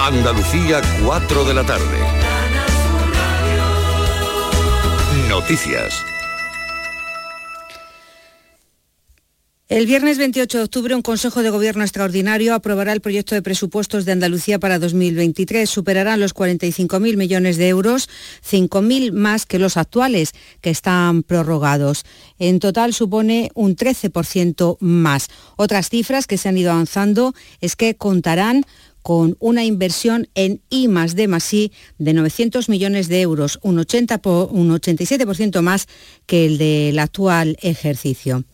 Andalucía, 4 de la tarde. Noticias. El viernes 28 de octubre, un Consejo de Gobierno extraordinario aprobará el proyecto de presupuestos de Andalucía para 2023. Superarán los 45.000 millones de euros, 5.000 más que los actuales, que están prorrogados. En total supone un 13% más. Otras cifras que se han ido avanzando es que contarán con una inversión en I más D más I de 900 millones de euros, un, 80 po, un 87% más que el del actual ejercicio.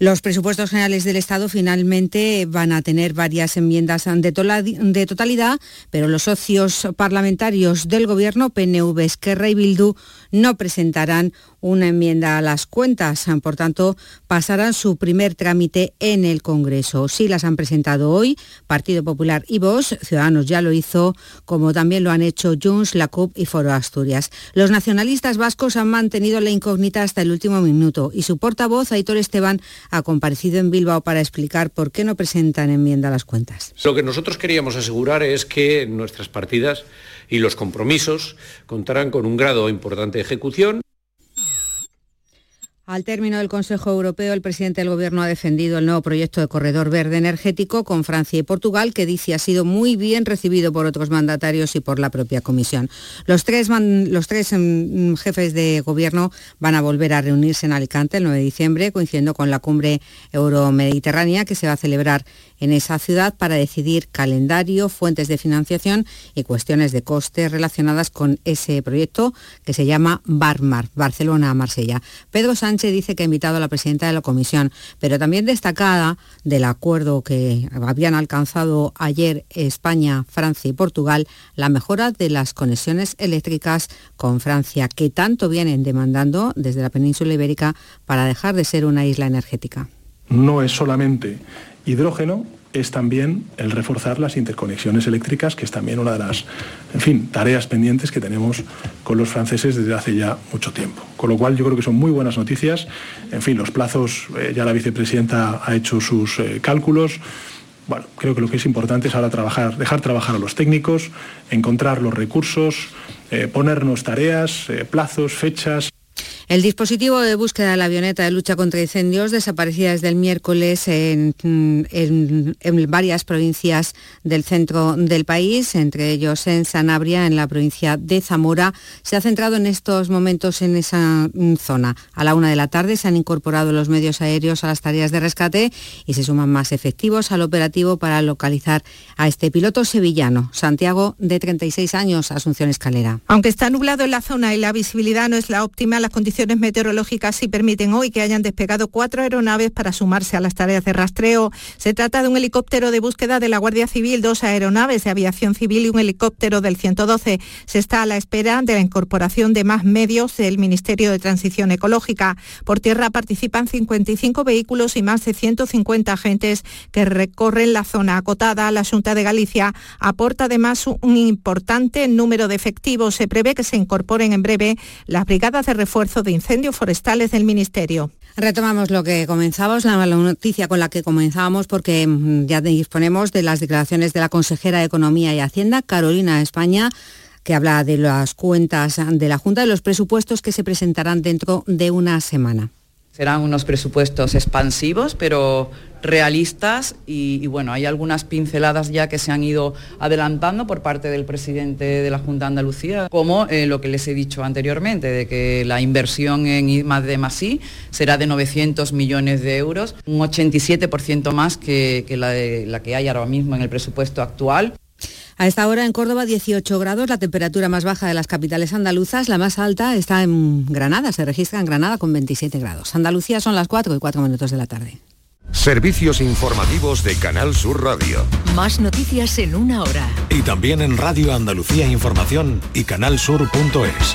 Los presupuestos generales del Estado finalmente van a tener varias enmiendas de totalidad, pero los socios parlamentarios del Gobierno, PNV, Esquerra y Bildu, no presentarán una enmienda a las cuentas. Por tanto, pasarán su primer trámite en el Congreso. Sí las han presentado hoy Partido Popular y Vox, Ciudadanos ya lo hizo, como también lo han hecho Junts, la CUP y Foro Asturias. Los nacionalistas vascos han mantenido la incógnita hasta el último minuto y su portavoz, Aitor Esteban, ha comparecido en Bilbao para explicar por qué no presentan enmienda a las cuentas. Lo que nosotros queríamos asegurar es que nuestras partidas y los compromisos contarán con un grado importante de ejecución. Al término del Consejo Europeo, el presidente del Gobierno ha defendido el nuevo proyecto de corredor verde energético con Francia y Portugal, que dice ha sido muy bien recibido por otros mandatarios y por la propia Comisión. Los tres, man, los tres um, jefes de Gobierno van a volver a reunirse en Alicante el 9 de diciembre, coincidiendo con la cumbre euromediterránea que se va a celebrar en esa ciudad para decidir calendario, fuentes de financiación y cuestiones de costes relacionadas con ese proyecto que se llama Barmar, Barcelona-Marsella. Pedro Sánchez dice que ha invitado a la presidenta de la comisión, pero también destacada del acuerdo que habían alcanzado ayer España, Francia y Portugal, la mejora de las conexiones eléctricas con Francia, que tanto vienen demandando desde la península ibérica para dejar de ser una isla energética. No es solamente hidrógeno es también el reforzar las interconexiones eléctricas, que es también una de las, en fin, tareas pendientes que tenemos con los franceses desde hace ya mucho tiempo. Con lo cual yo creo que son muy buenas noticias. En fin, los plazos, eh, ya la vicepresidenta ha hecho sus eh, cálculos. Bueno, creo que lo que es importante es ahora trabajar, dejar trabajar a los técnicos, encontrar los recursos, eh, ponernos tareas, eh, plazos, fechas. El dispositivo de búsqueda de la avioneta de lucha contra incendios desaparecida desde el miércoles en, en, en, varias provincias del centro del país, entre ellos en Sanabria, en la provincia de Zamora, se ha centrado en estos momentos en esa zona. A la una de la tarde se han incorporado los medios aéreos a las tareas de rescate y se suman más efectivos al operativo para localizar a este piloto sevillano, Santiago, de 36 años, Asunción Escalera. Aunque está nublado en la zona y la visibilidad no es la óptima, las condiciones condiciones meteorológicas sí permiten hoy que hayan despegado cuatro aeronaves para sumarse a las tareas de rastreo. Se trata de un helicóptero de búsqueda de la Guardia Civil, dos aeronaves de aviación civil y un helicóptero del 112. Se está a la espera de la incorporación de más medios del Ministerio de Transición Ecológica. Por tierra participan 55 vehículos y más de 150 agentes que recorren la zona acotada. La Junta de Galicia aporta además un importante número de efectivos. Se prevé que se incorporen en breve las brigadas de refuerzo de incendios forestales del Ministerio. Retomamos lo que comenzamos, la mala noticia con la que comenzábamos, porque mm, ya disponemos de las declaraciones de la consejera de Economía y Hacienda, Carolina España que habla de las cuentas de la Junta y los presupuestos que se presentarán dentro de una semana. Serán unos presupuestos expansivos, pero realistas y, y, bueno, hay algunas pinceladas ya que se han ido adelantando por parte del presidente de la Junta de Andalucía, como eh, lo que les he dicho anteriormente, de que la inversión en I más de más I será de 900 millones de euros, un 87% más que, que la, de, la que hay ahora mismo en el presupuesto actual. A esta hora en Córdoba 18 grados, la temperatura más baja de las capitales andaluzas, la más alta está en Granada, se registra en Granada con 27 grados. Andalucía son las 4 y 4 minutos de la tarde. Servicios informativos de Canal Sur Radio. Más noticias en una hora. Y también en Radio Andalucía Información y canalsur.es.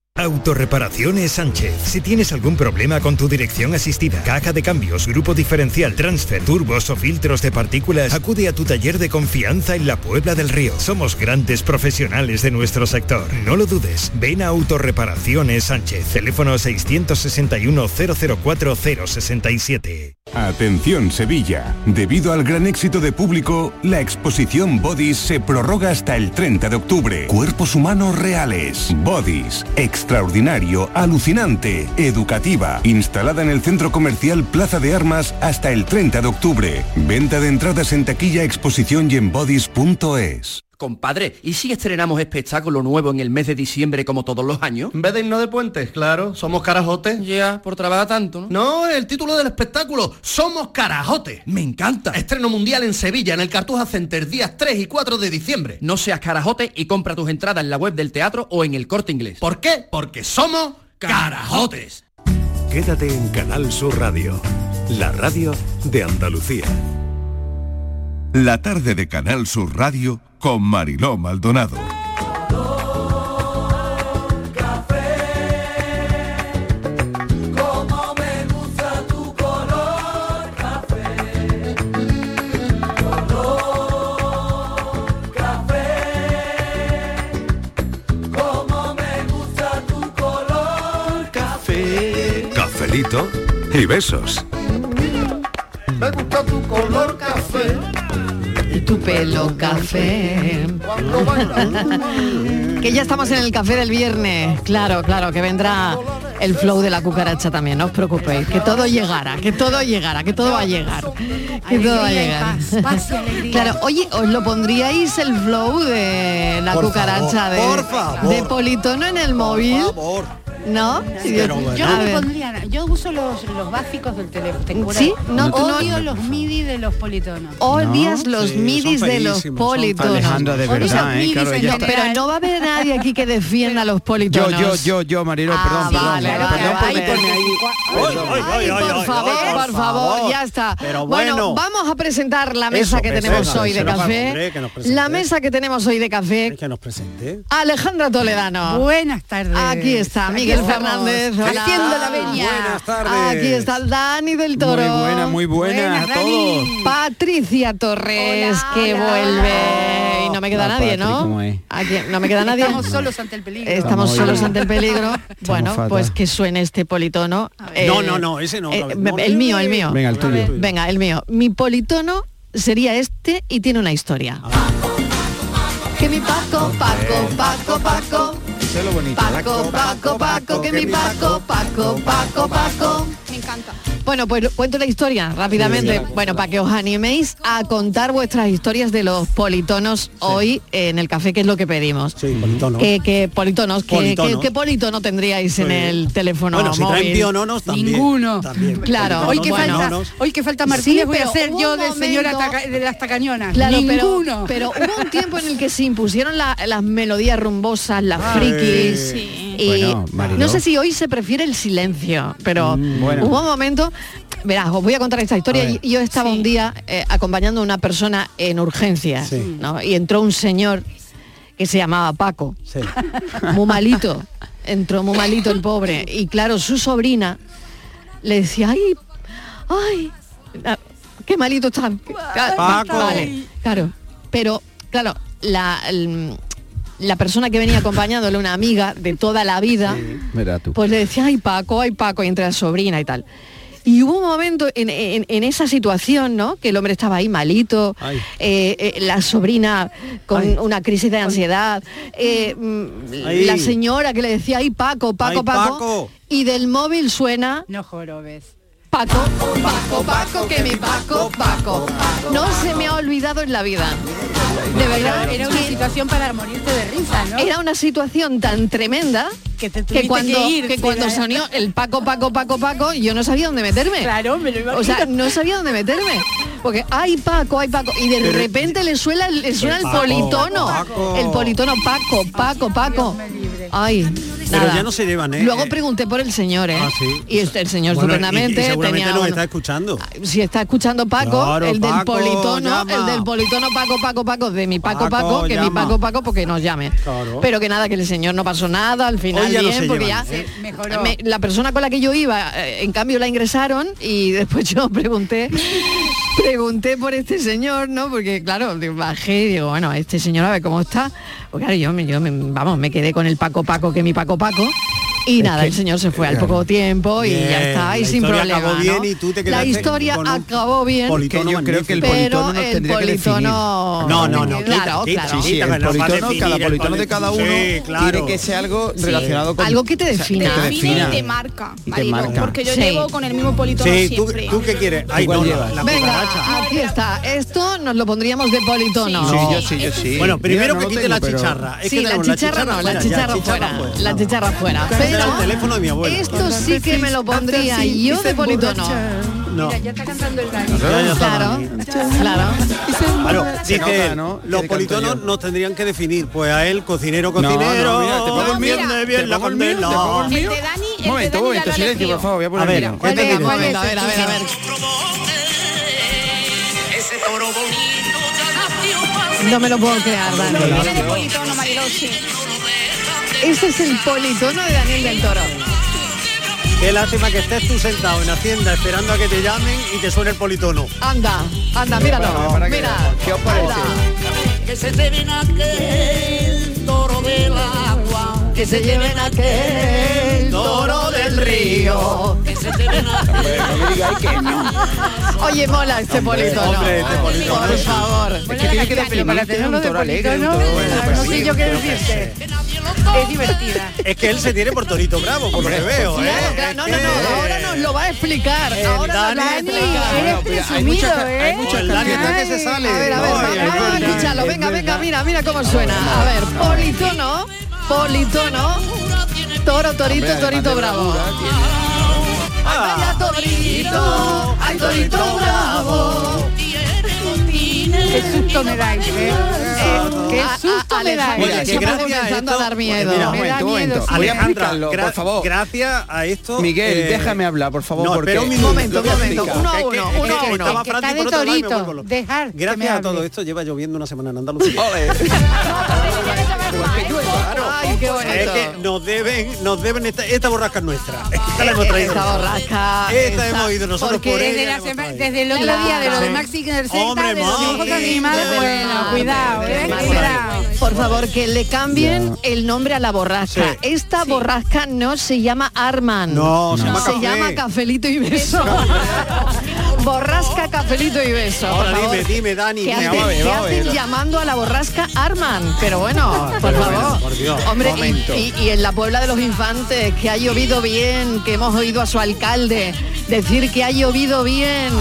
Autorreparaciones Sánchez. Si tienes algún problema con tu dirección asistida, caja de cambios, grupo diferencial, transfer, turbos o filtros de partículas, acude a tu taller de confianza en la Puebla del Río. Somos grandes profesionales de nuestro sector. No lo dudes. Ven a Autorreparaciones Sánchez. Teléfono 661 004 067. Atención Sevilla. Debido al gran éxito de público, la exposición Bodies se prorroga hasta el 30 de octubre. Cuerpos humanos reales. Bodies. Extraordinario, alucinante, educativa. Instalada en el centro comercial Plaza de Armas hasta el 30 de octubre. Venta de entradas en taquilla, exposición y en bodies.es. Compadre, ¿y si estrenamos espectáculo nuevo en el mes de diciembre como todos los años? En vez de irnos de puentes, claro, somos carajotes. Ya, yeah, por trabajar tanto, ¿no? No, el título del espectáculo, Somos carajotes. Me encanta. Estreno mundial en Sevilla, en el Cartuja Center, días 3 y 4 de diciembre. No seas carajote y compra tus entradas en la web del teatro o en el corte inglés. ¿Por qué? Porque somos carajotes. Quédate en Canal Sur Radio, la radio de Andalucía. La tarde de Canal Sur Radio con Mariló Maldonado. Cafelito y besos. Me gusta tu color café tu pelo café. que ya estamos en el café del viernes. Claro, claro, que vendrá el flow de la cucaracha también, no os preocupéis. Que todo llegará, que todo llegará, que todo va a llegar. Que todo va a llegar. claro, oye, os lo pondríais el flow de la por cucaracha favor, de, favor. de Politono en el por móvil. Favor. ¿No? Sí, yo, bueno. yo, no pondría, yo uso los, los, básicos del teléfono. ¿Sí? No, odio no, los MIDI de los politonos. Odias los sí, midis de los politonos. Alejandra, de verdad, ¿eh? claro, no, pero no va a haber nadie aquí que defienda a los politonos. Yo, yo, yo, yo, Marilo, ah, perdón, vale, perdón, vale, perdón, ay, ay, por, ay, favor, por favor, por favor, ya está. Pero bueno, bueno, vamos a presentar la mesa eso, que tenemos eso, hoy de café. La mesa que tenemos hoy de café. Que nos presente. Alejandra Toledano. Buenas tardes. Aquí está, Miguel. Miguel Fernández. Hola. Haciendo la veña. Buenas tardes. Aquí está el Dani del Toro. Muy buena, muy buena buenas, a todos. Dani. Patricia Torres, hola, que hola. vuelve. Eh, Y no me queda no, nadie, Patrick, ¿no? Aquí, no me queda nadie. Estamos solos ante el peligro. Estamos, Estamos solos bien. ante el peligro. bueno, pues que suene este politono. Eh, no, no, no, ese no. Eh, el mío, el mío. Venga, el tuyo. Venga, el mío. Mi politono sería este y tiene una historia. Ah. Que mi Paco, Paco, Eh. Paco, Paco. Bonito. Paco, Paco, Paco, Paco, que, que mi Paco, Paco, Paco, Paco. Paco. encanta. Bueno, pues cuento la historia rápidamente. bueno, para que os animéis a contar vuestras historias de los politonos hoy en el café, que es lo que pedimos. Sí, politono. Que, que politonos, que- Politono. que- ¿qué politono tendríais en el teléfono Bueno, si móvil? traen piononos también. Ninguno. Claro. hoy que bueno. falta, hoy que falta Martínez Sí, voy a pero hacer hubo yo un de señora momento- taca- de las tacañonas. Claro, pero, Ninguno. pero hubo un tiempo en el que se impusieron la- las melodías rumbosas, las frikis. Y Bueno, Mariló. no sé si hoy se prefiere el silencio, pero Mm, bueno. hubo un momento. Verás, os voy a contar esta historia. Y- Yo estaba un día eh, acompañando a una persona en urgencias, Sí. ¿no? Y entró un señor que se llamaba Paco. Muy malito. Entró muy malito el pobre. Y claro, su sobrina le decía, ay, ay, ah, qué malito está. Ah, Paco. Vale, claro. Pero, claro, la, el- la persona que venía acompañándole, una amiga de toda la vida, Mira tú. pues le decía, ay Paco, ay Paco, y entre la sobrina y tal. Y hubo un momento en, en- en esa situación, ¿no? Que el hombre estaba ahí malito, eh, eh, la sobrina con una crisis de ansiedad, eh, mm, Ay. la señora que le decía, ay Paco, Paco, Ay, Paco, Paco. y del móvil suena... No jorobes. Paco, Paco, Paco, que mi Paco, Paco. No se me ha olvidado en la vida. De verdad. Era una situación para morirte de risa, ¿no? Era una situación tan tremenda que, tuviste cuando, que ir, que cuando era- sonió el Paco, Paco, Paco, Paco, yo no sabía dónde meterme. Claro, me lo imagino. O sea, no sabía dónde meterme. Porque, ay, Paco, ay, Paco. Y de Pero- repente le suena, el- le suena el Paco, politono. Paco. El politono Paco, Paco, Paco. Ay, Pero nada. ya no se llevan, ¿eh? Luego pregunté por el señor, ¿eh? Ah, sí. Y este- el señor Bueno, y- estupendamente y seguramente tenía nos un- está escuchando. si está escuchando Paco, Claro, el del Paco, politono, llama. el del politono Paco, Paco, Paco, de mi Paco, Paco, Paco, que mi llama. Paco, Paco, porque nos llame. Claro. Pero que nada, que el señor no pasó nada, al final Hoy ya no bien, se porque llevan, ya ¿eh? me- la persona con la que yo iba, eh, en cambio la ingresaron y después yo pregunté, pregunté por este señor, ¿no? Porque claro, bajé y digo, bueno, este señor a ver cómo está. Pues claro, yo, me- yo me- vamos, me quedé con el Paco Paco, que mi Paco Paco. Y Es nada, que- el señor se fue al poco tiempo y Bien, ya está, y la sin historia problema. acabó ¿no? bien y tú te la quedaste historia con un acabó bien. politono Que yo creo que el magnífico. pero politono nos el tendría que definir. politono. No, no, no, Claro, quita, claro. quita, Sí, sí, quita, el pero nos va a politono, definir cada el politono de cada politono. uno Sí, claro. tiene que ser algo relacionado con- Algo que te o sea, defina. que te defina. Te marca, Y te Marilo, marca. porque yo Sí. llevo con el mismo politono Sí, ¿tú, siempre. ¿tú qué quieres? Ay, no, la, la cucaracha. Venga, aquí está. Esto nos lo pondríamos de politono. sí, yo sí. Bueno, primero Yo no que lo quite tengo, la pero- chicharra. eh. Es Sí, que la tenemos chicharra no, la ya, chicharra fuera, la chicharra fuera. Pero el teléfono de mi abuela. esto sí que me lo pondría así, yo y se de politono. No. Ya está cantando el Ya, ya gallo. está Claro, claro. Claro, Se dice nota, él, ¿no? Que los le canto politonos nos tendrían que definir. Pues a él, cocinero, No, no, cocinero. mira, te pongo el mío, enciende bien te la pongo el mío, candela. te pongo el mío. El de Dani, el de Momento, Dani momento, ya lo ha silencio, elegido. por favor, voy a poner A el ver, mío. ¿qué te diré? A ver, a ver, a ver, a ver. Ese toro bonito No me lo puedo creer, Dani. de politono, Mariló, sí. Este es el politono de Daniel del Toro. Qué lástima que estés tú sentado en Hacienda esperando a que te llamen y te suene el politono. Anda, anda, míralo. Mira. Que se lleven aquel toro del agua, que se lleven aquel toro del río. que se lleven Oye, mola este politono. Por favor. Es que tiene que definir, para tenerlo de politono, no sé yo qué decirte. Es divertida. Es que él se tiene por torito bravo, por lo que veo, ¿eh? Claro, claro, no, no, no, ahora nos lo va a explicar. eh, Ahora nos lo va a Dani, explicar. Hay muchas hay ¿eh? muchas canciones que se salen. A ver, a ver, va- vamos a escucharlo. Venga, venga, mira, mira cómo suena. A ver, politono, politono, toro, torito, torito bravo. Ay, vaya torito, ay, torito bravo. Qué susto me dais, ¿eh? Qué susto me dais. Mira, que gracias a comenzando esto, a dar miedo. mira, Me momento, da momento. miedo, sí. Voy a Alejandra, explicarlo, gra- por favor. Gracias a esto. eh, Miguel, déjame hablar, por favor, No, porque- espera un minuto. Momento, lo voy a momento, explicar. uno a Es que- uno, es que uno a estaba uno. Fran Que está y de por otro lado y me torito. vuelvo loco. Dejar. Gracias a todo esto lleva lloviendo una semana en Andalucía. Ay, qué Es bonito. que nos deben, nos deben esta, esta borrasca es nuestra. Esta la hemos traído. Esta borrasca, Esta esta- hemos ido nosotros porque por ella. Desde, la la hemos sema- traído. desde el otro día de lo de Sí. Maxi Hombre, Cerceta, de los Maxi, dibujos animados, desde el bueno, cuidado, ¿eh? Cuidado. Por favor, que le cambien el nombre a la borrasca. Sí. Esta borrasca no se llama Arman. No, se llama se Café. llama Cafelito y Beso. borrasca, cafelito y beso. Ahora por favor. dime, dime, Dani. Que dime, hacen, vamos a ver, que vamos a ver. hacen llamando a la borrasca Arman. Pero bueno, por Pero favor. bueno, por Dios, Hombre, y, momento. y- y en la Puebla de los Infantes, que ha llovido bien, que hemos oído a su alcalde decir que ha llovido bien.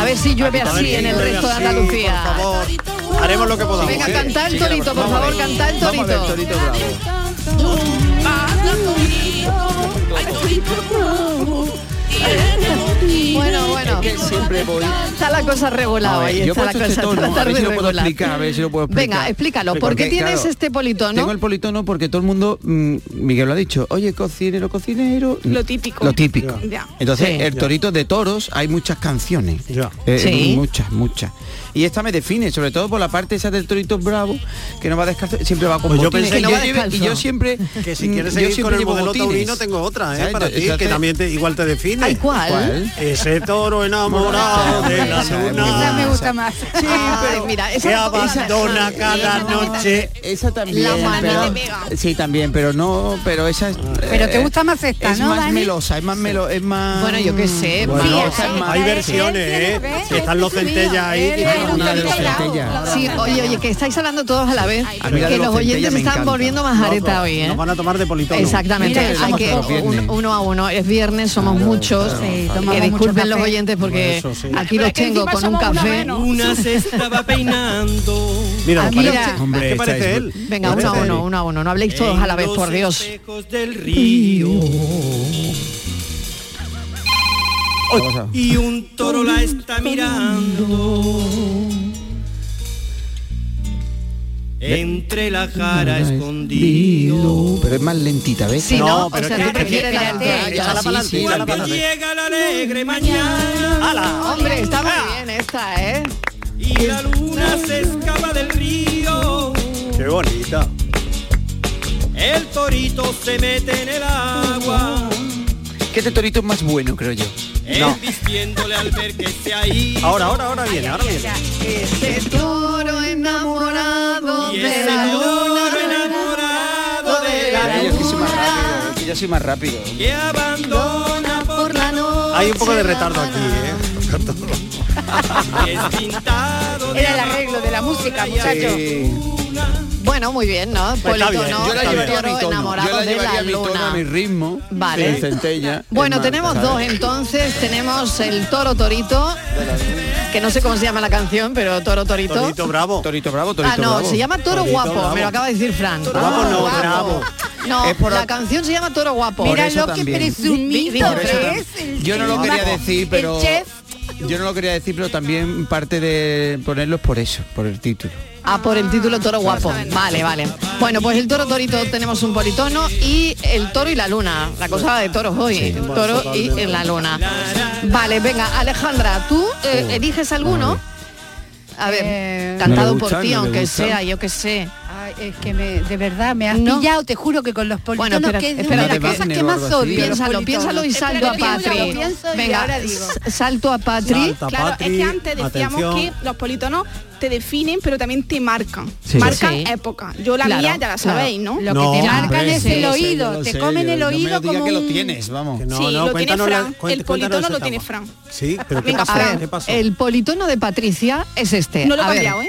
A ver si llueve Aquí así también en el llueve resto de así, Andalucía. por favor. Haremos lo que podamos. Venga, ¿eh? canta el Sí, que lo torito, por podamos. Vamos a favor, ver. canta el Vamos a ver, torito. torito bravo. Bueno, bueno. siempre voy. Está la cosa regulada hoy. yo he Está la puesto cosa este está tono, la a ver tarde si lo puedo regular. explicar, a ver si lo puedo explicar. Venga, explícalo. ¿Por qué tienes claro, este politono? Tengo el politono porque todo el mundo, mm, Miguel lo ha dicho, oye, cocinero, cocinero. Lo típico. Lo típico. Ya. Entonces, Sí. el Ya. torito de toros hay muchas canciones. Eh, Sí. Muchas, muchas. Y esta me define, sobre todo por la parte esa del torito bravo, que no va descalzo, siempre va con Pues yo botines. pensé que y, yo no va lleve- y descalzo. yo siempre... Que si mm, quieres yo seguir con siempre el llevo modelo botines. taurino tengo otra, ¿eh? ¿Sabes? Para ti, que Entonces- también te, igual te define. ¿Ay, cuál? ¿Cuál? Ese toro enamorado de la Esa me luna. gusta más. Sí, Ay, mira, esa- Que esa- abandona cada noche. Esa también. La mano pero- de sí, también, pero no, pero esa es. eh, Pero eh, te gusta más esta, es ¿no, más Dani? melosa, es más melo, es más. Bueno, yo qué sé, Bueno, más- esa es más- hay versiones, ¿eh? Que están los centellas ahí. Él y- era un Una de los torito centellas. bravo. Sí, oye, oye, que estáis hablando todos a la vez, A mí la que de los los centellas oyentes se me están encanta. volviendo más areta hoy, ¿eh? Nos van a tomar de politono. Exactamente, Mira, hay somos que pocos. un- Viernes. uno a uno, es viernes, somos muchos, Sí, tomamos que mucho disculpen los café. oyentes porque Bueno, eso sí. aquí los tengo con un café. Una se estaba peinando. Mira, Aquí parece- la- hombre, ¿qué esa parece es- él? Venga, uno a Parece uno, él. uno a uno, no habléis todos a la vez, por Dios. Ecos del río. Y un toro la está mirando. Entre la jara escondido. Pero es más lentita, ¿ves? Sí, ¿no? O sea, tú prefieres la Ah, Espérate, de- échala sí, para sí, adelante, échala para Cuando adelante. llega la alegre mañana. Hombre, está muy bien esta, ¿eh? Y la luna se escapa del río. Qué bonita. El torito se mete en el agua. Que este torito es más bueno, creo yo. Él No. vistiéndole al ver que se ha ido. Ahora, ahora, ahora viene, ahora viene. Ese toro enamorado Y ese toro enamorado de la Yo que soy más luna rápido, que yo soy más rápido. Pues que abandona por la noche. Hay un poco de retardo aquí, ¿eh? Es pintado de Era el arreglo de la música, muchachos. Bueno, muy bien, ¿no? Pues está Politono, bien, yo la el llevaría toro a mi tono. Yo enamorado la de llevaría la a mi tono, luna. a mi ritmo. Vale. de centella. Bueno, Es más, tenemos ¿sabes? dos entonces. Tenemos el toro torito, que no sé cómo se llama la canción, pero toro torito. Torito bravo. Torito bravo, torito ah, no, bravo. se llama toro Torito guapo, Bravo. me lo acaba de decir Fran. Bravo Toro no, guapo. bravo. No, Es por- la canción se llama toro guapo. Por Mira eso lo que también. presumido Por eso que también. es. el Yo no lo chef. quería decir, pero El chef. yo no lo quería decir, pero también parte de ponerlo es por eso, por el título. Ah, por el título Toro Guapo. Vale, vale. Bueno, pues el toro torito tenemos un politono y el toro y la luna. La cosa va de toros hoy. ¿eh? Toro y en la luna. Vale, venga, Alejandra, ¿tú eh, eliges alguno? A Eh, ver, No cantado le gusta, por ti, no le aunque gusta. sea, yo que sé. Ay, es que me, de verdad me has No. pillado, te juro que con los politonos espera, que es espera, una de que- las cosas Wagner que o más algo así. odio. los Piénsalo, politonos. piénsalo y Espera, salto a lo pienso, lo Patri. pienso y Venga, ahora digo. s- salto a Patri. Salta, Claro, Patri, es que antes decíamos atención. que los politonos te definen, pero también te marcan. Sí. Marcan Sí. época. Yo la Claro, mía ya la claro. sabéis, ¿no? Lo No, que te hombre, marcan es sí, el yo sé, oído, te comen el oído diga como que lo un- tienes, vamos. Que no, sí, no, lo tiene cuéntanos la- Fran. cuént- el politono cuéntanos lo esa tiene etapa. Fran. Sí, pero ¿qué Venga, pasó? A ¿Qué ver, pasó? el politono de Patricia es este. No lo he A ver. cambiado, ¿eh?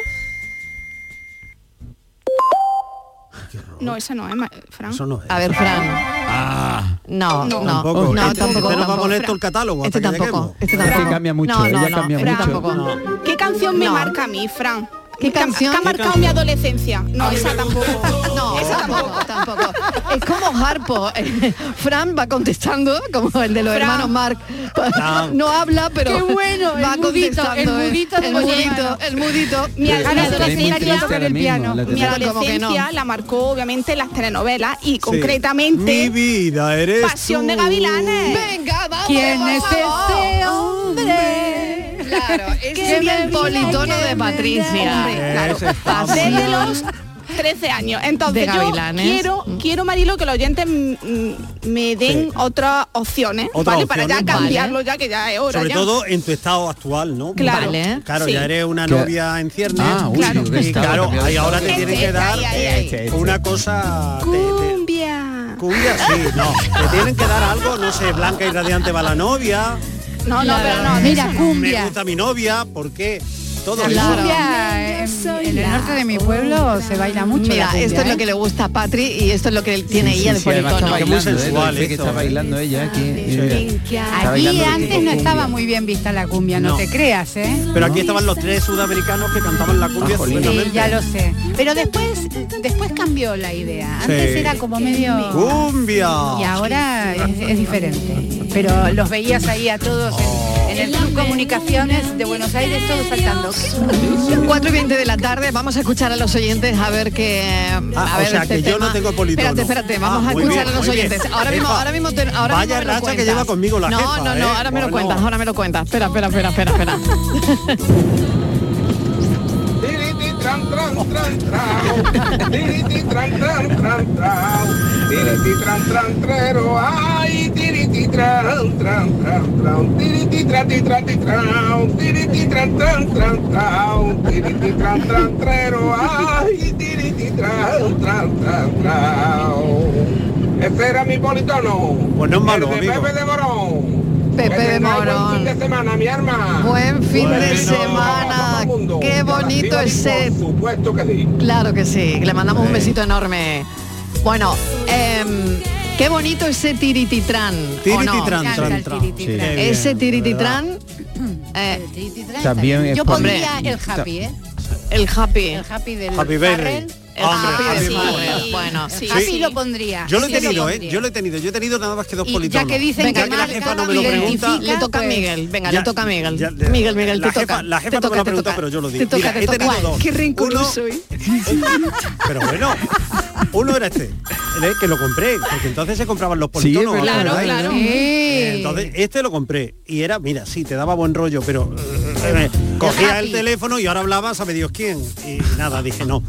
No, esa no, es Fran. Eso no es. A ver, Fran. Ah. No, no, No. no, Tampoco. no, Este- tampoco. este no va a tampoco. poner todo el catálogo Este hasta que tampoco, lleguemos. este Fran. tampoco. Este cambia mucho, no, no, ella no, cambia este mucho. tampoco. No. ¿Qué canción me No. marca a mí, Fran? ¿Qué Que ha- canción? Que ha marcado mi adolescencia. No, esa tampoco. No, esa tampoco, tampoco. Es como Harpo. Fran va contestando, como el de los Fran. hermanos Mark. No habla, pero Qué bueno, el va mudito, contestando. el ¿eh? mudito de el los mudito, hermanos. el mudito. Mi Pero hermana la adolescente tenéis muy iba a triste tocar ahora el mismo, piano. la Mi tenéis- Claro, como que no. adolescencia la marcó obviamente las telenovelas y Sí. Mi concretamente vida eres Pasión de tú. Gavilanes. Venga, vamos. ¿Quién por es favor. ese hombre? Claro, ese Que sería el me olvida politono que de me Patricia. Hombre, Ese claro. está muy Desde bien. los 13 años. De Entonces yo gavilanes. Mm. quiero, quiero Marilo que los oyentes mm, mm, me Sí. den otras opciones, Otras ¿vale? Para ya opciones, vale. cambiarlo ya que ya es hora. Sobre ya. todo en tu estado actual, ¿no? Claro. Vale. Claro, Sí. ya eres una Que- novia en ciernes. Ah, uy, claro. digo que Y estaba claro, cambiado. ahí ahora te Este, tienen que dar ahí, ahí, ahí. Este, este. una cosa de- de- Cumbia. cumbia, sí, no. Te tienen que dar algo, no sé, blanca y radiante va la novia. No, no, pero no. Mira, cumbia. Me gusta mi novia, ¿por qué? Todo La eso. cumbia en, en el norte de mi pueblo se baila mucho. la Mira, cumbia, esto es lo ¿eh? que le gusta a Patri y esto es lo que tiene ella de politono. muy sensual, ¿eh? que está bailando ella aquí. Está Aquí bailando el antes no cumbia. estaba muy bien vista la cumbia, no, No. te creas, ¿eh? Pero aquí estaban los tres sudamericanos que cantaban la cumbia. Sí, estupendamente. ya lo sé. Pero después, después cambió la idea. Antes Sí. era como medio. Cumbia. Y ahora es, es diferente. Pero los veías ahí a todos en, en el Club Comunicaciones de Buenos Aires, todos saltando. 4 y 20 de la tarde, vamos a escuchar a los oyentes a ver qué... Ah, a o ver este sea, que yo no tengo politono. Espérate, espérate, vamos Ah, a muy escuchar bien, a los muy bien. oyentes. Ahora mismo, Jefa, ahora mismo, te- ahora vaya mismo me lo racha que cuentas. lleva conmigo la No, jefa, no, ¿eh? no, ahora me lo Bueno. cuentas, ahora me lo cuentas. Espera, espera, espera, espera, espera. Tiriti, tran, tran, tran, trao. Tiriti, tran, tran, tran, trao. Tiriti, tran, tran, trero. Ay, tiriti, tran, tran, tran, trao. Tiriti, tran, ti, tran, ti, trao. Tiriti, tran, tran, tran, trao. Tiriti, tran, tran, trero. Ay, tiriti, tran, tran, tran, trao. Ese era mi politono. Pues no es malo, El de amigo. Pepe de Morón. Pepe Que de tengáis buen Morón. fin de semana, mi arma. Buen fin de Bueno. semana. Qué bonito ese. Supuesto que sí. Claro que sí. Le mandamos un besito enorme. Bueno, em, qué bonito ese tirititrán. ¿o Tirititran, no? tran, tran. Sí. Qué bien, Ese ¿verdad? tirititrán. eh, También es Yo por- pondría Hombre, el happy, ¿eh? El happy. El happy del Happy Berry. Farrell. El Hombre, happy Happy de Berry. Farrell. Bueno, sí. Sí. Así lo pondría. Yo lo he así lo tenido, ¿eh? pondría. Yo lo he tenido. Yo he tenido nada más que dos Y ya politonos. que dicen Ya que la marca, jefa no me lo pregunta. Le toca a Miguel. Venga, Ya, le toca a Miguel. ya, ya. Miguel, Miguel, la te jefa, toca. La jefa te no me toca, lo te pregunta, toca. pero yo lo digo. Te toca, Mira, te he tenido toca. dos. Qué rinconudo Uno- soy. Pero bueno, uno era este, el que lo compré, porque entonces se compraban los politonos. es verdad, Claro, es verdad. claro. Eh, Entonces, este lo compré y era, mira, sí, te daba buen rollo, pero eh, eh, cogía el teléfono y ahora hablaba, sabe Dios quién. Y nada, dije no.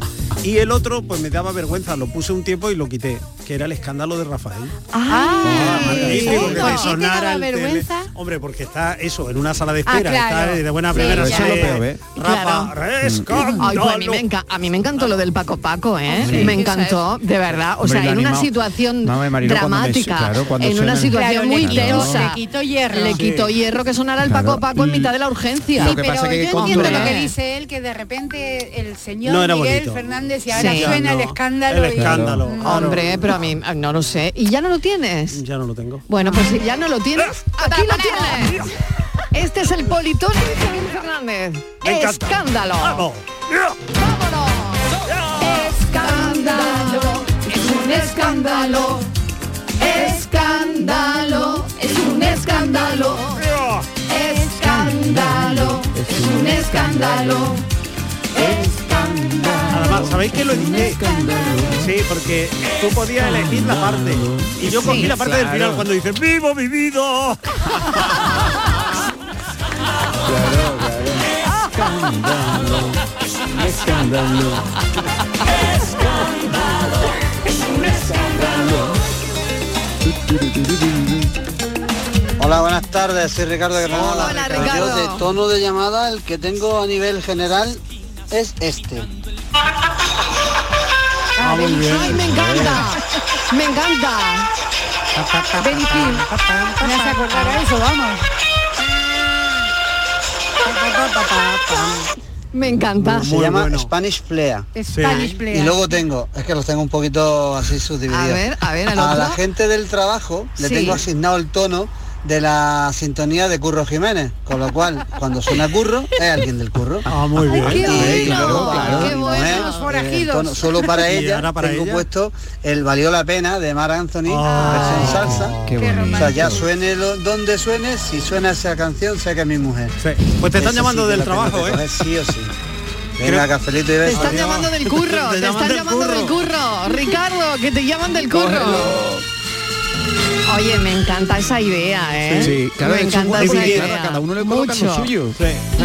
Y el otro, pues me daba vergüenza, lo puse un tiempo y lo quité, que era el escándalo de Rafael. Ah, Ah, Ay, Magnífico, que te ¿por qué te sonara daba el tele- vergüenza? Hombre, porque está eso, en una sala de espera, Ah, claro. está de buena Sí, primera. ya. Eso es lo peor, ¿eh? Rafa, escándalo. Ay, pues a, mí me enca- a mí me encantó lo del Paco Paco, ¿eh? Ah, Sí. Me encantó, de verdad. O Hombre, sea, lo en una animado. situación Vamos a ver, Marilo, cuando me- dramática, claro, cuando en una suena- situación Claro, muy le quitó- tensa. le quitó hierro. Le Sí. quitó hierro que sonara el Paco Claro. Paco en mitad de la urgencia. Lo que pasa es que Yo cuando- entiendo lo que dice él, que de repente el señor Eh, No era Miguel bonito. Fernández y ahora Sí. suena el No, escándalo. y- Hombre, pero a mí ah, no lo sé. ¿Y ya no lo tienes? Ya no lo tengo. Bueno, pues si ya no lo tienes, aquí lo tienes. Este es el politón de Isabel Fernández. Me encanta. Escándalo. ¡Vamos! Escándalo, es un escándalo. Escándalo, es un escándalo. Escándalo, es un escándalo. Además, ¿sabéis que lo edité? Sí, porque tú podías elegir la parte. Y yo cogí Sí, la parte del claro. final cuando dice ¡Vivo mi vida! Escándalo. Escándalo. Hola, buenas tardes, soy Ricardo Granola. Hola, Ricardo. Yo de tono de llamada, el que tengo a nivel general es este. Ah, Ah, Ay, me encanta. Me encanta. Benifil. Me hace acordar a eso, vamos. Me encanta. Se llama Spanish Plea. Spanish Sí. Plea. Y luego tengo, es que los tengo un poquito así subdivididos. A ver, a ver, ¿al otro? la gente del trabajo le Sí. tengo asignado el tono de la sintonía de Curro Jiménez, con lo cual cuando suena Curro es alguien del Curro. Ah, muy bien. qué bueno, qué bueno, ¿eh? los forajidos. Eh, tono solo para ¿Y ella ahora para tengo ella? puesto el valió la pena de Mar Anthony, Ah, versión salsa. Qué bonito. O sea, ya suene lo- donde suene, si suena esa canción, sé que es mi mujer. Pues te están Esa llamando sí que del la tengo trabajo, que ¿eh? coger Sí o sí. Venga, Creo- cafelito y Te besos. están Adiós. llamando del curro, te, están llamando del curro. Ricardo, que te llaman del curro. Oye, me encanta esa idea, ¿eh? Sí, claro, me es un encanta buen esa idea, idea. cada uno le coloca lo Mucho. suyo.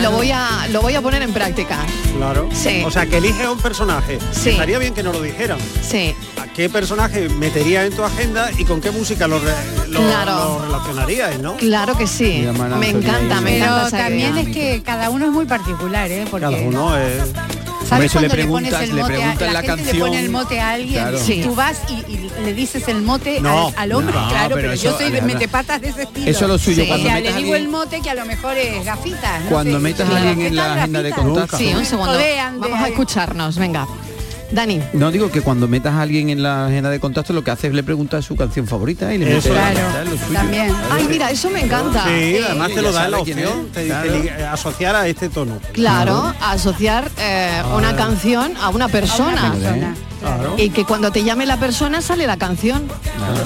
Lo voy a lo voy a poner en práctica. Claro. Sí. O sea, que elige a un personaje. Sí. Estaría bien que nos lo dijeran. Sí. ¿A qué personaje metería en tu agenda y con qué música lo, re- lo- Claro. lo relacionarías, no? Claro que sí. Llaman a Me Antonio encanta, me Pero encanta esa también idea. es que cada uno es muy particular, ¿eh? Porque Cada uno es... ¿Sabes Hombre, cuando eso le, le pones preguntas- el mote le a preguntan la, la gente le canción. pone el mote a alguien? Claro. Sí. Sí. Tú vas y, y le dices el mote al- No, al, hombre, no, claro, pero, pero yo eso, soy de Alejandra, metepatas de ese estilo. eso es lo suyo, Sí. O cuando sea, metas le a digo el alguien- mote que a lo mejor es gafitas. no Cuando sé. metas a alguien en la agenda de contacto. Sí, un segundo. Jodean de Vamos a escucharnos, venga. Dani. No digo que cuando metas a alguien en la agenda de contacto lo que haces es le preguntas su canción favorita y le metes También. Ay, mira, eso me encanta. Sí, además te lo ya da la sabe quién opción, es, te dice claro. li- eh, asociar a este tono. Claro, asociar eh, una canción a una persona. persona, Y que cuando te llame la persona sale la canción.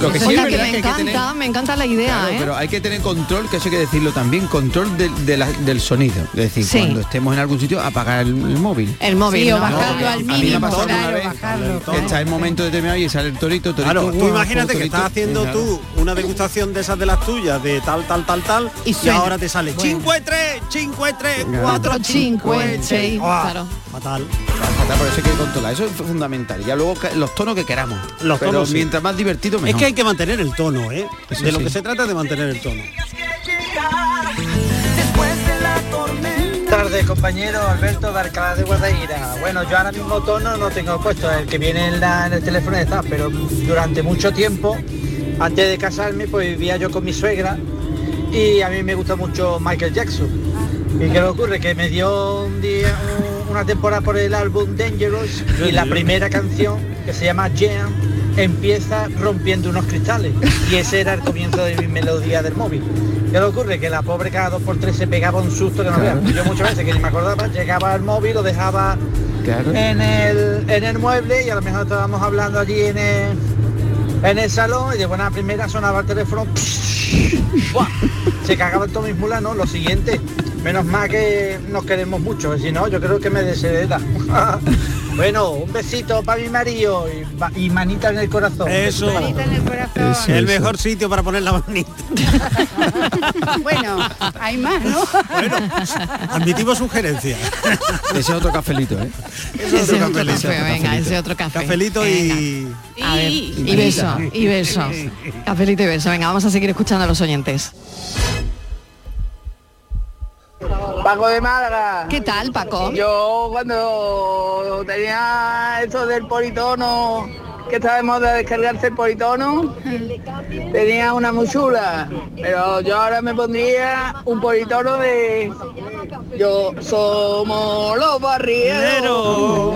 Lo que sí Oiga, es que verdad me que hay que encanta, tener- me encanta la idea, Claro, ¿eh? pero hay que tener control, que eso hay que decirlo también, control de- de la- del sonido. Es decir, Sí. cuando estemos en algún sitio, apagar el, el móvil. El móvil. Sí, o ¿no? bajarlo al A mí me ha mínimo, pasado una claro, vez bajarlo. que está en momento determinado y sale el torito, torito. Claro, tú guau, imagínate que torito. estás haciendo Claro. tú una degustación de esas de las tuyas, de tal, tal, tal, tal, y, suena. ahora te sale Bueno. 5 3, 5 3, Claro. 4, 5, Cinco, seis, claro. Fatal. Fatal, por eso hay que controlar, eso es fundamental. Ya luego ca- los tonos que queramos. Los Pero tonos, sí. mientras más divertido mejor. Es que hay que mantener el tono, ¿eh? Eso de lo sí. que se trata es de mantener el tono. tardes compañero Alberto de Alcalá de Guadaira. Bueno, yo ahora mismo tono no tengo puesto, el que viene en, la- en el teléfono está, pero durante mucho tiempo, antes de casarme, pues vivía yo con mi suegra y a mí me gusta mucho Michael Jackson. ¿Y qué le ocurre? Que me dio un día, un- una temporada por el álbum Dangerous y la primera canción, que se llama Jam, empieza rompiendo unos cristales. Y ese era el comienzo de mi melodía del móvil. ¿Qué le ocurre? Que la pobre cada dos por tres se pegaba un susto que no veas. Yo muchas veces que ni me acordaba, llegaba al móvil, lo dejaba Claro. Eh, en el, en el mueble y a lo mejor estábamos hablando allí en el, en el salón y de buena primera sonaba el teléfono. ¡buah! Se cagaban todos mis mulanos, lo siguiente. Menos mal que nos queremos mucho, si no, yo creo que me deshereda. bueno, un besito para mi marido y, pa- y manita en el corazón. Eso. Manita en el corazón. el mejor sitio para poner la manita. bueno, hay más, ¿no? Admitimos sugerencias. Ese es otro cafelito, ¿eh? Ese es otro Otro café, venga, ese otro café. Cafelito y... A ver, y beso, y beso. Cafelito y beso. Venga, vamos a seguir escuchando a los oyentes. Paco de Málaga. ¿Qué tal, Paco? Yo cuando tenía eso del politono, que estaba de moda descargarse el politono, tenía una muy chula, pero yo ahora me pondría un politono de yo somos los barrieros.